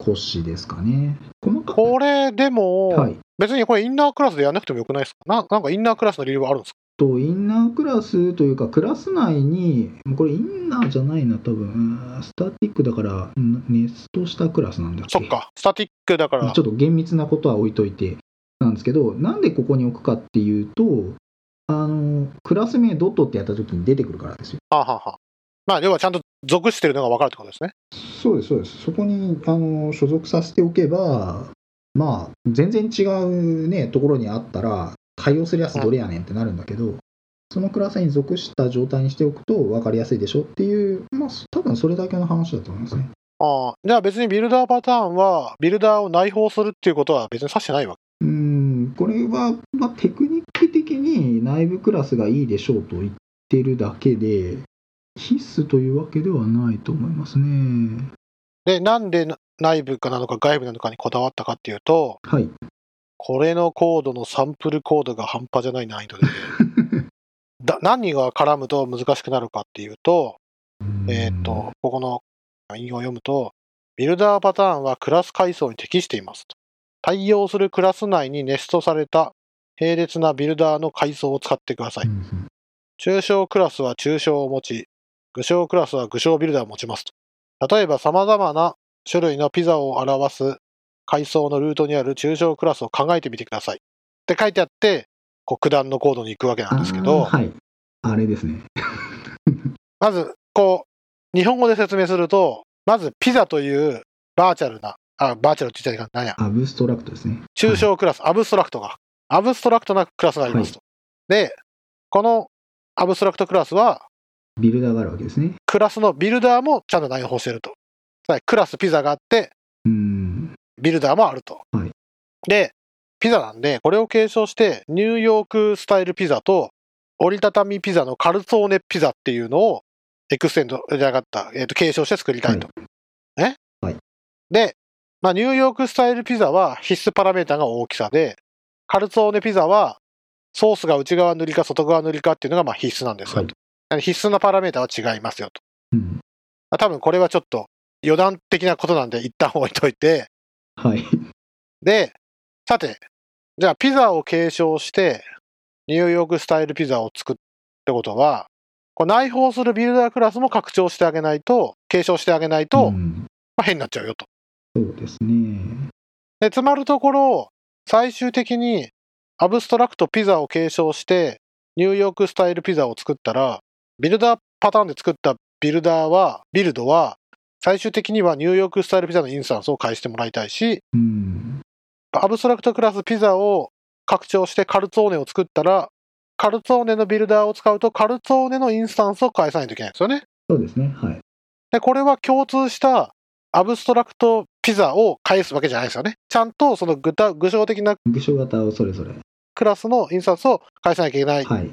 Speaker 2: 骨子ですかね細かく
Speaker 1: これでも、
Speaker 2: はい
Speaker 1: 別にこれインナークラスでやらなくてもよくないですかななんかインナークラスの理由はあるんですか
Speaker 2: とインナークラスというかクラス内にこれインナーじゃないな多分うんスタティックだからんネストしたクラスなんだっけ
Speaker 1: そっか。スタティックだから。
Speaker 2: ちょっと厳密なことは置いといてなんですけどなんでここに置くかっていうとあのクラス名ドットってやった時に出てくるからですよ
Speaker 1: はあはあはあまあ、要はちゃんと属してるのが分かるってことですね。
Speaker 2: そうですそうですそこにあの所属させておけばまあ全然違うねところにあったら対応するやつどれやねんってなるんだけど、そのクラスに属した状態にしておくと分かりやすいでしょっていうまあ多分それだけの話だと思いますね
Speaker 1: ああ。じゃあ別にビルダーパターンは、ビルダーを内包するっていうことは別に指してないわけ。
Speaker 2: うんこれは、まあ、テクニック的に内部クラスがいいでしょうと言ってるだけで必須というわけではないと思いますね
Speaker 1: で、なんで内部かなのか外部なのかにこだわったかっていうと、
Speaker 2: はい
Speaker 1: これのコードのサンプルコードが半端じゃない難易度 で、だ何が絡むと難しくなるかっていうと、えーっと、ここの引用を読むと、ビルダーパターンはクラス階層に適していますと。対応するクラス内にネストされた並列なビルダーの階層を使ってください。
Speaker 2: うん
Speaker 1: 中小クラスは中小を持ち、具象クラスは具象ビルダーを持ちますと。例えば様々な種類のピザを表す階層のルートにある中小クラスを考えてみてください。って書いてあって、こう、九段のコードに行くわけなんですけど
Speaker 2: あ、ーはい。あれですね。
Speaker 1: まず、こう、日本語で説明すると、まずピザというバーチャルな、あ、バーチャルって言っちゃいかんなんや、
Speaker 2: アブストラクトですね。
Speaker 1: 抽象クラス、アブストラクトが、アブストラクトなクラスがありますと。で、このアブストラクトクラスは、
Speaker 2: ビルダーがあるわけですね。
Speaker 1: クラスのビルダーもちゃんと内包してると。つまりクラスピザがあって、
Speaker 2: うん。
Speaker 1: ビルダーもあると。
Speaker 2: はい
Speaker 1: で、ピザなんで、これを継承して、ニューヨークスタイルピザと、折りたたみピザのカルツォーネピザっていうのを、エクステンド、じゃなかった、えっ、と、継承して作りたいと。ね
Speaker 2: はい
Speaker 1: で、まあ、ニューヨークスタイルピザは必須パラメータが大きさで、カルツォーネピザは、ソースが内側塗りか外側塗りかっていうのがまあ必須なんですよと。なので必須なパラメータは違いますよと。
Speaker 2: うん。
Speaker 1: まあ、多分これはちょっと余談的なことなんで一旦置いといて、
Speaker 2: はい。
Speaker 1: で、さて、じゃあピザを継承して、ニューヨークスタイルピザを作るってことは、こう内包するビルダークラスも拡張してあげないと、継承してあげないと、
Speaker 2: う
Speaker 1: ま
Speaker 2: ん
Speaker 1: あ、変になっちゃうよと。
Speaker 2: そうですね。
Speaker 1: で、詰まるところ、最終的にアブストラクトピザを継承して、ニューヨークスタイルピザを作ったら、ビルダーパターンで作ったビルダーは、ビルドは、最終的にはニューヨークスタイルピザのインスタンスを返してもらいたいし、
Speaker 2: うん。
Speaker 1: アブストラクトクラスピザを拡張してカルツォーネを作ったら、カルツォーネのビルダーを使うと、カルツォーネのインスタンスを返さないといけないんですよね。
Speaker 2: そうですね。はい。
Speaker 1: で、これは共通したアブストラクトピザを返すわけじゃないですよね。ちゃんとその具体具象的な
Speaker 2: 具象型をそれぞれ。
Speaker 1: クラスのインスタンスを返さなきゃいけない。
Speaker 2: はい。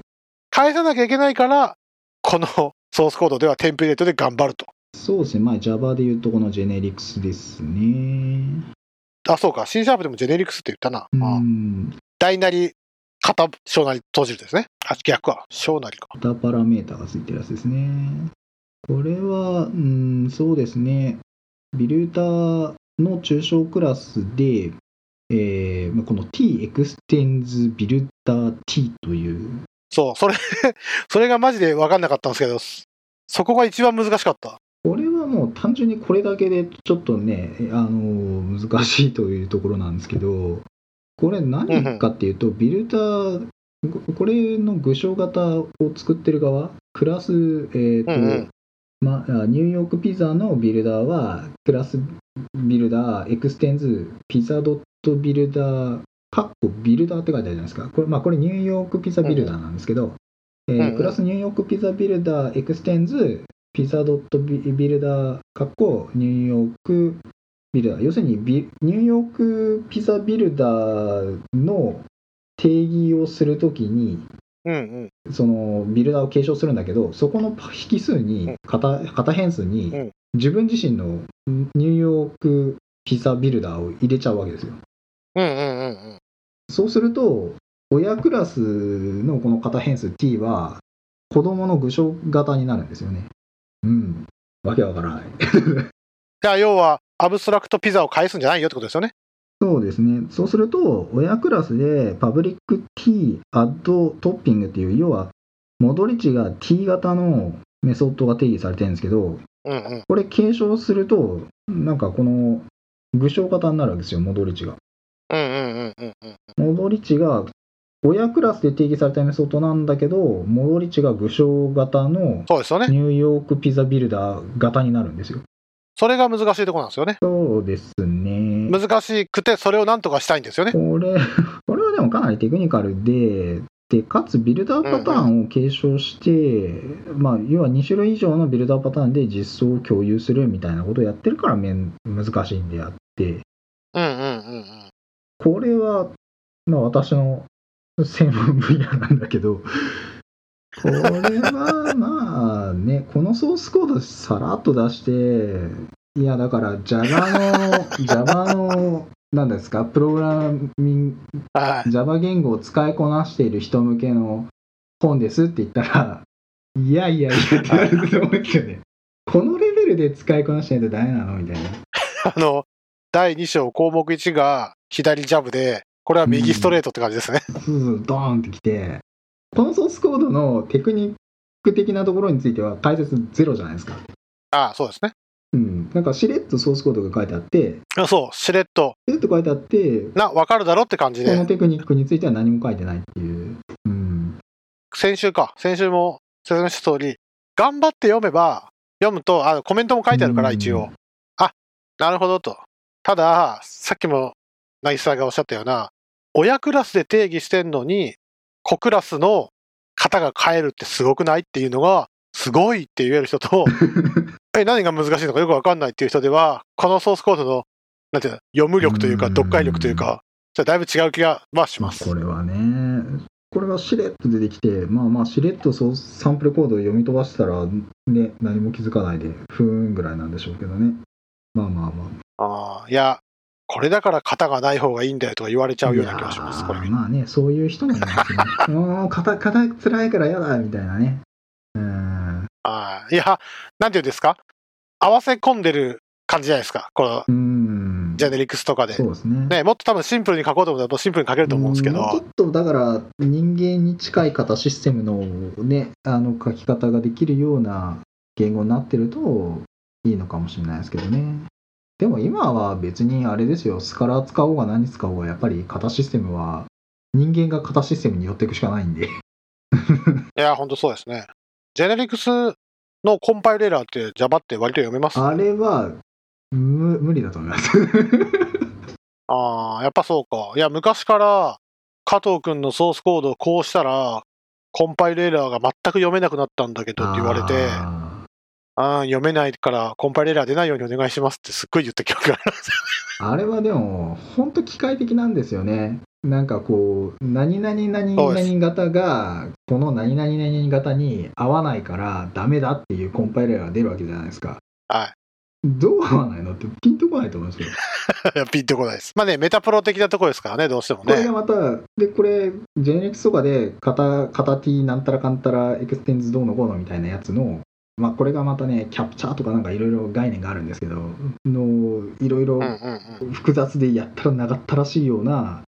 Speaker 1: 返さなきゃいけないから、このソースコードではテンプレートで頑張ると。
Speaker 2: そうですね。まあ Java でいうとこのジェネリクスですね。
Speaker 1: あ、そうか。C シャープでもジェネリクスって言ったな。
Speaker 2: う
Speaker 1: あ
Speaker 2: ん。
Speaker 1: 大なり、片、小なり、閉じるですね。あ、逆か。小なりか。
Speaker 2: 型パラメータがついてるやつですね。これは、うん、そうですね。ビルダーの抽象クラスで、えーまあこの t エクステンズビルダー t という、
Speaker 1: そう。それ、 それがマジで分かんなかったんですけど、そこが一番難しかった。
Speaker 2: これはもう単純にこれだけでちょっとね、あの難しいというところなんですけど、これ何かっていうと、ビルダー、ここれの具象型を作ってる側、クラス、えーと
Speaker 1: うんうん
Speaker 2: まあ、ニューヨークピザのビルダーは、クラスビルダー、エクステンズ、ピザドットビルダー、カッコビルダーって書いてあるじゃないですか。これ、まあ、これニューヨークピザビルダーなんですけど、えー
Speaker 1: うんうん
Speaker 2: クラスニューヨークピザビルダー、エクステンズ、ピザドットビビルダー、カッコニューヨークビルダー。要するにビ、ニューヨークピザビルダーの定義をするときに、
Speaker 1: うんうん。
Speaker 2: そのビルダーを継承するんだけどそこの引数
Speaker 1: う
Speaker 2: に
Speaker 1: ん
Speaker 2: 型型変数
Speaker 1: う
Speaker 2: に
Speaker 1: ん
Speaker 2: 自分自身のニューヨークピザビルダーを入れちゃうわけですよ
Speaker 1: うんうんうんうん。
Speaker 2: そうすると親クラスのこの型変数 t は子供の具象型になるんですよねうんわけわからない
Speaker 1: じゃあ、要は、アブストラクトピザを返すんじゃないよってことですよね。
Speaker 2: そうですねそうすると親クラスでパブリック t アッドトッピングっていう要は戻り値が t 型のメソッドが定義されてるんですけど
Speaker 1: うんうん。
Speaker 2: これ継承すると、なんかこの具象型になるわけですよ、戻り値が。
Speaker 1: うんうんうんうんうん。
Speaker 2: 戻り値が、親クラスで定義されたメソッドなんだけど、戻り値が具象型の
Speaker 1: そうですよ ね。
Speaker 2: ニューヨークピザビルダー型になるんですよ。
Speaker 1: それが難しいところなんですよね。
Speaker 2: そうですね。
Speaker 1: 難しくて、それをなんとかしたいんですよね。
Speaker 2: これ、これはでもかなりテクニカルで、でかつビルダーパターンを継承して、まあ、要は2種類以上のビルダーパターンで実装を共有するみたいなことをやってるからめん難しいんであって、
Speaker 1: うんうんうんうん。
Speaker 2: これは、まあ、私の専門分野なんだけど、これは まあね、このソースコードさらっと出して、いやだから Java の、Java のなんですか、プログラミング、
Speaker 1: はい。
Speaker 2: Java 言語を使いこなしている人向けの本ですって言ったら、いやいやいやってなると思うんですよね。このレベルで使いこなしてないとダメなのみたいな。
Speaker 1: あの、第2章項目1が左ジャブで、これは右ストレートって感じですね。
Speaker 2: そうそうドーンってきて、このソースコードのテクニック的なところについては解説ゼロじゃないですか。
Speaker 1: ああ、そうですね。
Speaker 2: うん。なんかしれっとソースコードが書いてあって、し
Speaker 1: あそう、しれっと、
Speaker 2: れっと書いてあって、
Speaker 1: な、わかるだろって感じ
Speaker 2: この
Speaker 1: で、
Speaker 2: テクニックについては何も書いてないっていう。うん。
Speaker 1: 先週か、先週も説明した通り、頑張って読めば、読むと、あコメントも書いてあるから、
Speaker 2: うん
Speaker 1: 一応。あ、なるほどと。ただ、さっきも、ナイスさんがおっしゃったような、親クラスで定義してんのに、子クラスの方が変えるってすごくないっていうのが、すごいって言える人 と、え何が難しいのかよくわかんないっていう人ではこのソースコードのなんていうの読む力というか
Speaker 2: うん
Speaker 1: 読解力というかじゃあだいぶ違う気が、まあ、し
Speaker 2: ま
Speaker 1: ま
Speaker 2: あ
Speaker 1: す、
Speaker 2: これはね、これがしれっと出てきて、まあまあしれっとそうサンプルコードを読み飛ばしたら、ね、何も気づかないで、ふーんぐらいなんでしょうけどね。まあまあまあ。
Speaker 1: あーいやこれだから型がない方がいいんだよとか言われちゃうような気がします
Speaker 2: いやー
Speaker 1: これ
Speaker 2: まあね、そういう人もいます ね。もう、肩、肩つらいから嫌だ、みたいなね。うーん。
Speaker 1: あーいやなんていうんですか合わせ込んでる感じじゃないですかこの
Speaker 2: うーん。
Speaker 1: ジェネリクスとかで、
Speaker 2: そうですね。
Speaker 1: ね、もっと多分シンプルに書こうと思ったらもうシンプルに書けると思うんですけ
Speaker 2: もうちょ
Speaker 1: ど
Speaker 2: っとだから人間に近い型システムのねあの書き方ができるような言語になってるといいのかもしれないですけどねでも今は別にあれですよスカラ使おうが何使おうがやっぱり型システムは人間が型システムに寄っていくしかないんで
Speaker 1: いや本当そうですねジェネリクスのコンパイレーラーって Java って割と読めます
Speaker 2: あれはむ無理だと思います
Speaker 1: ああ、やっぱそうか。いや、昔から加藤君のソースコードをこうしたら、コンパイレーラーが全く読めなくなったんだけどって言われて、あ
Speaker 2: あ
Speaker 1: あー、読めないからコンパイレーラー出ないようにお願いしますってすっごい言った記憶が あります。
Speaker 2: ーあれはでも本当機械的なんですよねなんかこう何々何
Speaker 1: そうで
Speaker 2: 々型がこの何々何々型に合わないからダメだっていうコンパイレーラーが出るわけじゃないですか
Speaker 1: は
Speaker 2: どう合わないのってピンとこないと思うんですよ
Speaker 1: い。ピンとこないです。まあね、メタプロ的なとこですからね、どうしても
Speaker 2: これが
Speaker 1: ね。
Speaker 2: またでこれジェネリクスとかで型型 T なんたらかんたらエクステンズどうのこうのみたいなやつのまあこれがまたねキャプチャーとかなんかいろいろ概念があるんですけどのいろいろ
Speaker 1: うんうんうん。
Speaker 2: 複雑でやったら長ったらしいような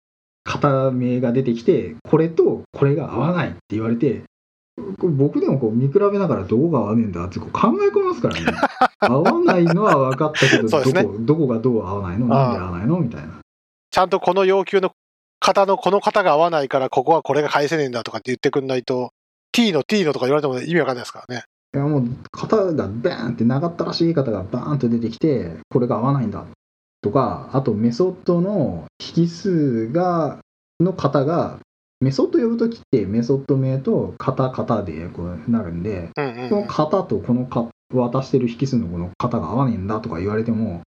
Speaker 2: 型名が出てきてこれとこれが合わないって言われてこう僕でもこう見比べながらどこが合わねえんだってこう考え込みます からね合わないのは分かったけど、
Speaker 1: そうですね
Speaker 2: どこどこがどう合わないのなんで合わないのみたいな
Speaker 1: ちゃんとこの要求の型のこの型が合わないから、ここはこれが返せねえんだとかって言ってくんないと、T の T のとか言われても意味わかんないですからね。
Speaker 2: いやもう型がバーンって長ったらしい型がバーンと出てきてこれが合わないんだとかあとメソッドの引数がの型がメソッド呼ぶときってメソッド名と型型でこうなるんで
Speaker 1: うんうん
Speaker 2: こ
Speaker 1: う
Speaker 2: の
Speaker 1: ん。
Speaker 2: 型とこのか渡してる引数のこの型が合わねえんだとか言われても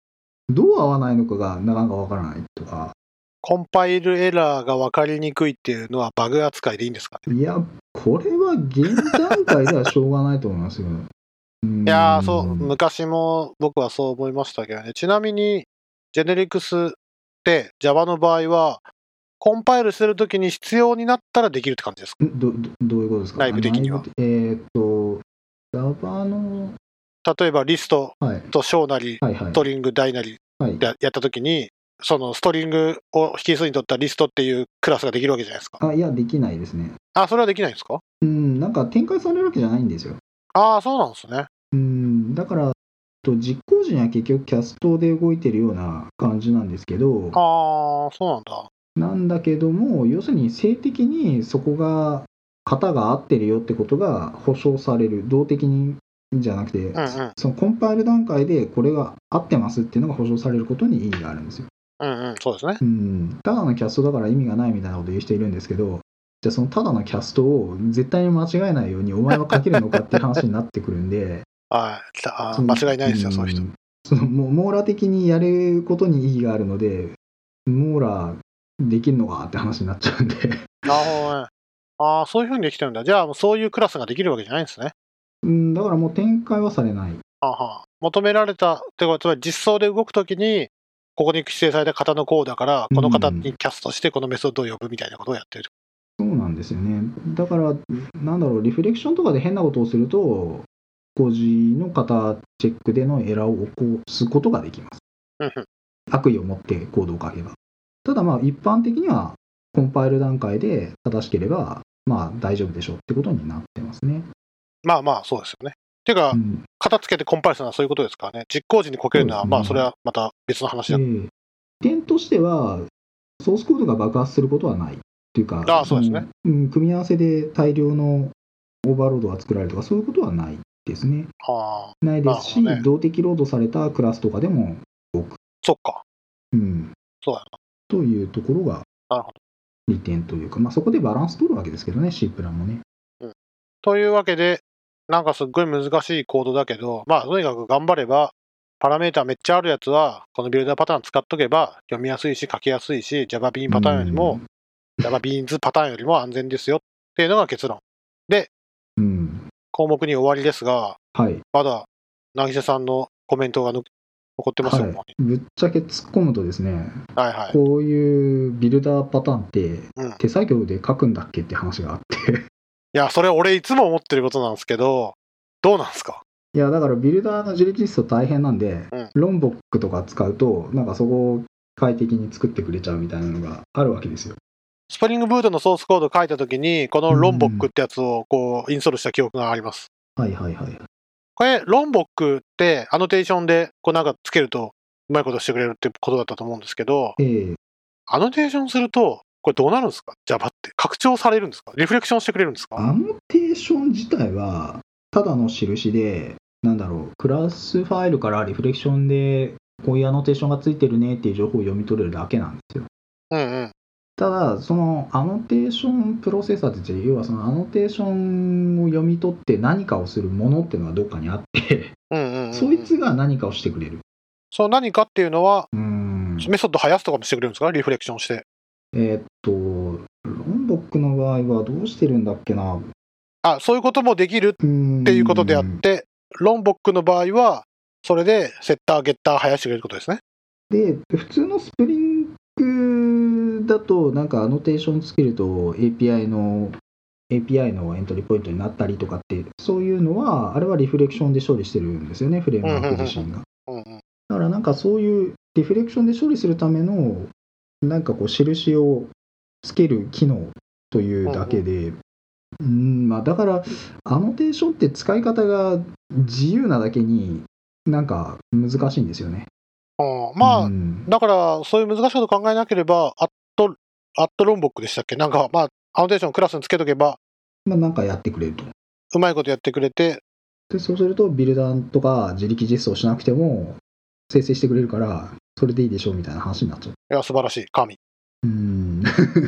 Speaker 2: どう合わないのかがなかなかわからないとか
Speaker 1: コンパイルエラーが分かりにくいっていうのはバグ扱いでいいんですかね
Speaker 2: いやこれは現段階ではしょうがないと思いますよ。い
Speaker 1: いやーそう、昔も僕はそう思いましたけどね。ちなみに、ジェネリクスって Java の場合は、コンパイルしてるときに必要になったらできるって感じですか
Speaker 2: んどどどういうことですか
Speaker 1: 内部的には
Speaker 2: 内部的えーっと、Java の、
Speaker 1: 例えば、リスト
Speaker 2: はい、
Speaker 1: と小なり、
Speaker 2: はいはい
Speaker 1: ストリング、大なり
Speaker 2: はい
Speaker 1: ややったときに、そのストリングを引数に取ったリストっていうクラスができるわけじゃないですか。
Speaker 2: あいやできないですね
Speaker 1: あ、それはできないんですか
Speaker 2: うんなんか展開されるわけじゃないんですよ
Speaker 1: ああ、そうなんですね。
Speaker 2: うんだからと実行時には結局キャストで動いてるような感じなんですけど
Speaker 1: ああ、そうなんだ。
Speaker 2: なんだけども要するに性的にそこが型が合ってるよってことが保証される動的にじゃなくて、
Speaker 1: んうん
Speaker 2: そのコンパイル段階でこれが合ってますっていうのが保証されることに意義があるんですよ。
Speaker 1: うんうん、そうですね。
Speaker 2: うん、ただのキャストだから意味がないみたいなこと言う人いるんですけどじゃあそのただのキャストを絶対に間違えないようにお前は書けるのかっていう話になってくるんで
Speaker 1: はいきたあー。
Speaker 2: その
Speaker 1: 間違いないですよ、そういう人。
Speaker 2: んそのもう網羅的にやることに意義があるので網羅できるのかって話になっちゃうんで
Speaker 1: なるほどね。ああ、そういうふうにできてるんだ。じゃあ、もうそういうクラスができるわけじゃないんですね。
Speaker 2: うんだからもう展開はされない
Speaker 1: はあはあ求められた、ってことは、つまり実装で動くときに、ここに指定された型の項だから、この型
Speaker 2: うん
Speaker 1: にキャストして、このメソッドを呼ぶみたいなことをやってる。
Speaker 2: そうなんですよね。だから、なんだろう、リフレクションとかで変なことをすると、工事の型チェックでのエラーを起こすことができます。
Speaker 1: うんうん
Speaker 2: 悪意を持ってコードを書けば。ただまあ一般的にはコンパイル段階で正しければまあ大丈夫でしょうってことになってますね。
Speaker 1: まあまあ、そうですよね。ていうか
Speaker 2: う、ん、
Speaker 1: 型付けてコンパイルするのはそういうことですからね。実行時にこけるのは、
Speaker 2: そうですね
Speaker 1: まあ、それはまた別の話だ。
Speaker 2: で点としてはソースコードが爆発することはないっていうか
Speaker 1: ああそうですね、
Speaker 2: うんうん組み合わせで大量のオーバーロードが作られるとかそういうことはないですね。
Speaker 1: ああ、
Speaker 2: ないですし、
Speaker 1: なるほどね
Speaker 2: 動的ロードされたクラスとかでも、
Speaker 1: そっか。
Speaker 2: うん、
Speaker 1: そうや
Speaker 2: というところが
Speaker 1: な。なるほど。
Speaker 2: 利点というか、まあ、そこでバランス取るわけですけどね、C プランもね。
Speaker 1: というわけで、なんかすっごい難しいコードだけど、まあ、とにかく頑張れば、パラメータめっちゃあるやつは、このビルダーパターン使っとけば、読みやすいし、書きやすいし、JavaBean パターンよりも、JavaBeans パターンよりも安全ですよっていうのが結論。
Speaker 2: うん、うん、
Speaker 1: 項目に終わりですが、
Speaker 2: はい。
Speaker 1: まだ、なぎせさんのコメントがの残ってますよ、こ
Speaker 2: は
Speaker 1: こ
Speaker 2: い、ぶっちゃけ突っ込むとですね、
Speaker 1: にはいはい。
Speaker 2: こういうビルダーパターンって
Speaker 1: うん
Speaker 2: 手作業で書くんだっけって話があって、
Speaker 1: いや、それ俺いつも思ってることなんですけど、どうなんですか
Speaker 2: いやだからビルダーの自立リスト大変なんで、
Speaker 1: うん
Speaker 2: ロンボックとか使うとなんかそこを快適に作ってくれちゃうみたいなのがあるわけですよ。
Speaker 1: スプリングブートのソースコード書いたときに、このロンボックってやつをこうインストールした記憶があります。
Speaker 2: はいはいはい。
Speaker 1: これ、ロンボックってアノテーションでこうなんかつけるとうまいことしてくれるってことだったと思うんですけど、
Speaker 2: えー
Speaker 1: アノテーションすると、これどうなるんですか ?Java って。拡張されるんですかリフレクションしてくれるんですか
Speaker 2: アノテーション自体はただの印でなんだろうクラスファイルからリフレクションでこういうアノテーションがついてるねっていう情報を読み取れるだけなんですよ
Speaker 1: うんうん。
Speaker 2: ただそのアノテーションプロセッサーって言って要はそのアノテーションを読み取って何かをするものっていうのがどっかにあって
Speaker 1: うんうんうん
Speaker 2: そいつが何かをしてくれる
Speaker 1: そう何かっていうのは、
Speaker 2: うーん
Speaker 1: メソッド生やすとかもしてくれるんですかリフレクションして。
Speaker 2: えーっとロンボックの場合はどうしてるんだっけなっ
Speaker 1: あ、そういうこともできる
Speaker 2: て
Speaker 1: って
Speaker 2: い
Speaker 1: いうことであって、ロンボックの場合は、それでセッター、ゲッター生やしてくれることですね。
Speaker 2: で普通のスプリングだとなんかアノテーションつけると API の API のエントリーポイントになったりとかってそういうのはあれはリフレクションで処理してるんですよねフレームワーク自身が
Speaker 1: うんうん、
Speaker 2: だからなんかそういうリフレクションで処理するためのなんかこう印をつける機能というだけでうんまあだからアノテーションって使い方が自由なだけになんか難しいんですよね
Speaker 1: うんまあ、
Speaker 2: うん
Speaker 1: だから、そういう難しいこと考えなければ、アット、アットロンボックでしたっけなんか、まあ、アノテーションクラスにつけとけば、
Speaker 2: まあ、なんかやってくれると。
Speaker 1: うまいことやってくれて、
Speaker 2: で、そうすると、ビルダーとか自力実装しなくても、生成してくれるから、それでいいでしょうみたいな話になっちゃ
Speaker 1: い
Speaker 2: う。
Speaker 1: や、素晴らしい、神。
Speaker 2: うーん。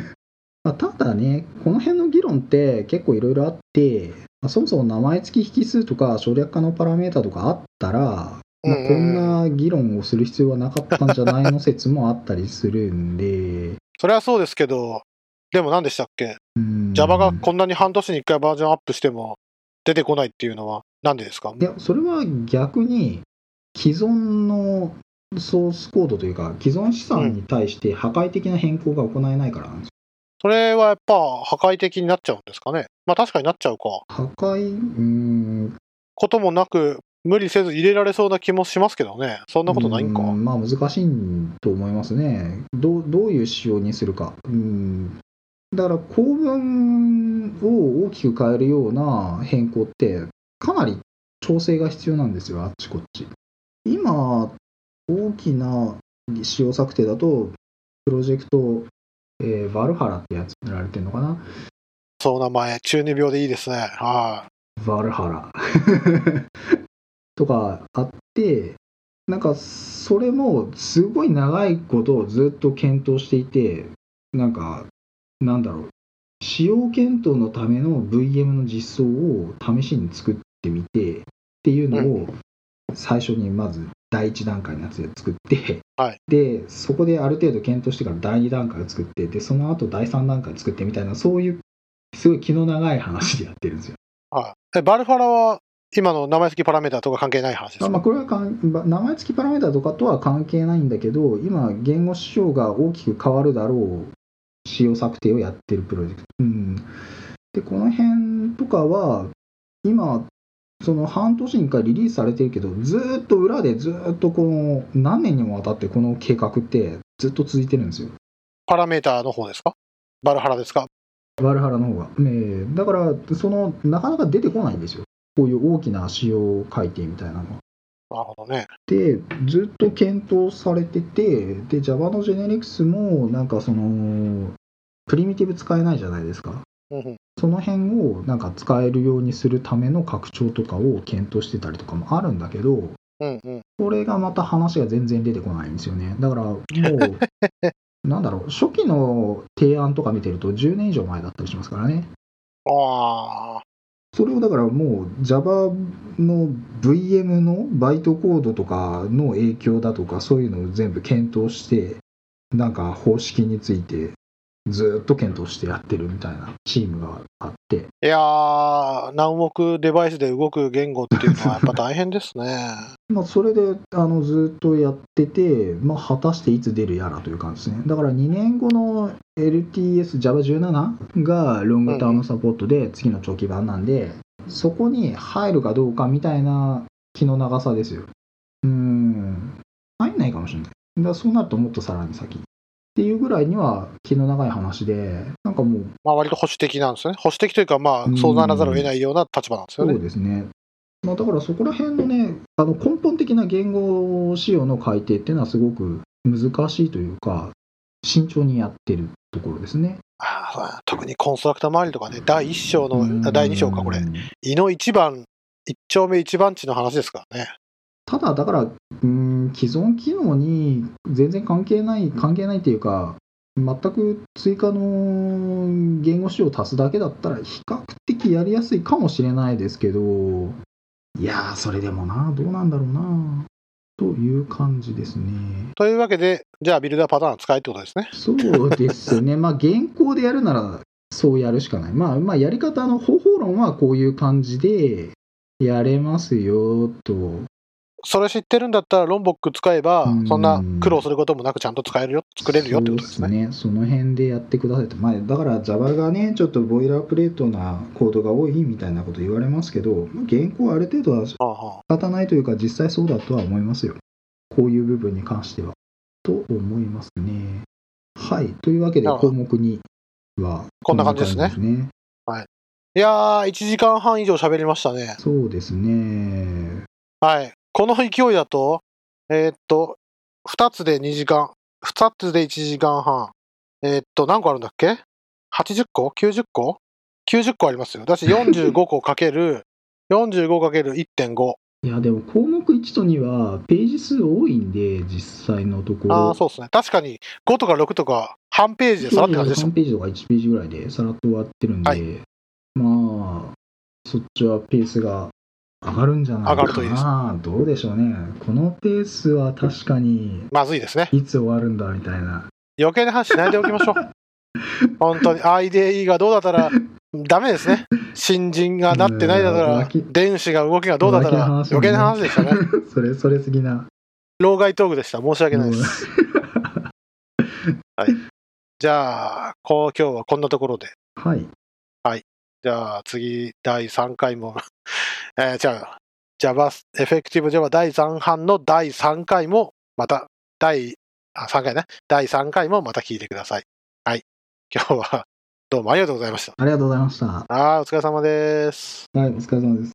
Speaker 2: まあ、ただね、この辺の議論って結構いろいろあって、まあ、そもそも名前付き引数とか省略化のパラメータとかあったら、まあ、こんな議論をする必要はなかったんじゃないの説もあったりするんで、
Speaker 1: それはそうですけど、でも何でしたっけ
Speaker 2: うーん
Speaker 1: ?Java がこんなに半年に一回バージョンアップしても出てこないっていうのは、なんでですか
Speaker 2: いや、それは逆に既存のソースコードというか、既存資産に対して破壊的な変更が行えないからなんですよ。
Speaker 1: それはやっぱ破壊的になっちゃうんですかねまあ確かになっちゃうか。
Speaker 2: 破壊、うーん。
Speaker 1: こともなく、無理せず入れられそうな気もしますけどね。そんなことないんか。
Speaker 2: うーまあ難しいと思いますね。どうどういう仕様にするか。うーん。だから構文を大きく変えるような変更って、かなり調整が必要なんですよ、あっちこっち。今、大きな仕様策定だと、プロジェクト、えーバルハラってやつやられてるのかな
Speaker 1: そう名前、中二病でいいですね。は
Speaker 2: バルハラ とかあってなんかそれもすごい長いことをずっと検討していてなんかなんだろう使用検討のための VM の実装を試しに作ってみてっていうのを最初にまず第一段階のやつで作って、
Speaker 1: はい
Speaker 2: でそこである程度検討してから第二段階を作ってでその後第三段階作ってみたいなそういうすごい気の長い話でやってるんですよ
Speaker 1: い。はい。え、バルファラは今の名前付きパラメータとか関係ない話です
Speaker 2: あ
Speaker 1: よ。
Speaker 2: まあ、これはかんば名前付きパラメータとかとは関係ないんだけど今言語指標が大きく変わるだろう仕様策定をやってるプロジェクト、うん、でこの辺とかは今その半年に1回リリースされてるけどずーっと裏でずーっとこの何年にもわたってこの計画ってずっと続いてるんですよ
Speaker 1: パラメータの方ですかバルハラですか
Speaker 2: ワルハラの方が、ねえ、だからそのなかなか出てこないんですよこういう大きな仕様改定みたいなのは
Speaker 1: なるほどね。
Speaker 2: でずっと検討されててで Java の Generics もなんかそのプリミティブ使えないじゃないですか
Speaker 1: うんうん、
Speaker 2: その辺をなんか使えるようにするための拡張とかを検討してたりとかもあるんだけど
Speaker 1: うん、うん。
Speaker 2: これがまた話が全然出てこないんですよねだからもうなんだろう初期の提案とか見てると10年以上前だったりしますからね
Speaker 1: ああ、
Speaker 2: それをだからもう Java の VM のバイトコードとかの影響だとかそういうのを全部検討してなんか方式についてずっと検討してやってるみたいなチームがあって
Speaker 1: いやー、何億デバイスで動く言語っていうのはやっぱ大変ですね。
Speaker 2: まあ、それであのずっとやってて、まあ、果たしていつ出るやらという感じですねだから2年後の LTSJava17 がロングタームサポートで次の長期版なんで、そこに入るかどうかみたいな気の長さですようーん入んないかもしれないだからそうなるともっとさらに先っていうぐらいには気の長い話でなんかもう
Speaker 1: まあ割と保守的なんですね。保守的というか、ま
Speaker 2: うん
Speaker 1: あ、そうならざるを得ないような立場なんです
Speaker 2: そ
Speaker 1: よ
Speaker 2: う
Speaker 1: ね。
Speaker 2: ですね。まあ、だからそこら辺のね、あの根本的な言語仕様の改定っていうのはすごく難しいというか、慎重にやってるところですね。
Speaker 1: あーまあ特にコンストラクター周りとかね、第1章
Speaker 2: うん
Speaker 1: の、あ第2章か、これ。胃の一番、一丁目一番地の話ですからね。
Speaker 2: ただ、だから、うーん、既存機能に全然関係ない、関係ないっていうか、全く追加の言語仕様を足すだけだったら、比較的やりやすいかもしれないですけど、いやー、それでもな、どうなんだろうな、という感じですね。
Speaker 1: というわけで、じゃあビルダーパターンを使えってことですね。
Speaker 2: そうですね、まあ、現行でやるならそうやるしかない、まあ、まあ、やり方の方法論はこういう感じでやれますよと、
Speaker 1: それ知ってるんだったらロンボック使えば
Speaker 2: うん、
Speaker 1: そんな苦労することもなくちゃんと使えるよ、作れるよってことですね。
Speaker 2: そうその辺でやってくださいと、まあ、だから Java がね、ちょっとボイラープレートなコードが多いみたいなこと言われますけど、まあ、現行はある程度は仕
Speaker 1: はあはあ
Speaker 2: 方ないというか、実際そうだとは思いますよ、こういう部分に関しては。と思いますね。はい、というわけで、
Speaker 1: なるほ
Speaker 2: 項
Speaker 1: ど
Speaker 2: 目2は
Speaker 1: こんな感じですね
Speaker 2: こんな感じですね
Speaker 1: いやー、1時間半以上喋りましたね。
Speaker 2: そうですね。
Speaker 1: はい。この勢いだと、えーっと、2つで2時間、2つで1時間半。えーっと、何個あるんだっけ ?80 個 ?90 個 ?90 個ありますよ。だし45個かけ る、45かける1.5。
Speaker 2: いや、でも項目1と2はページ数多いんで、実際のところ。
Speaker 1: ああ、そうですね。確かに5とか6とか半ページでさらって感じで した
Speaker 2: 3ページとか1ページぐらいでさらっと終わってるんで、
Speaker 1: はい
Speaker 2: まあ、そっちはペースが上がるんじゃな
Speaker 1: 上
Speaker 2: い
Speaker 1: が
Speaker 2: か
Speaker 1: るといいで
Speaker 2: な。どうでしょうね。このペースは確かに、
Speaker 1: まずいですね。
Speaker 2: いつ終わるんだみたいな。
Speaker 1: 余計な話しないでおきましょう。本当に IDE がどうだったらダメですね。新人がなってないだった
Speaker 2: うん
Speaker 1: ら
Speaker 2: 浮気、
Speaker 1: 電子が動きがどうだったら
Speaker 2: 浮
Speaker 1: 余
Speaker 2: 気
Speaker 1: 計
Speaker 2: の
Speaker 1: な話
Speaker 2: 話
Speaker 1: でしたね。
Speaker 2: それ、それすぎな。
Speaker 1: 老害トークでした。申し訳ないです。じゃあ、こう今日はこんなところで。
Speaker 2: はい。
Speaker 1: じゃあ次、第3回も。 えー、違う。Java、Effective Java 第3版の第3回も、また、第、あ、3回ね。第3回もまた聞いてください。はい。今日は、どうもありがとうございました。
Speaker 2: ありがとうございました。
Speaker 1: あーお疲れ様です。
Speaker 2: はい、お疲れ様です。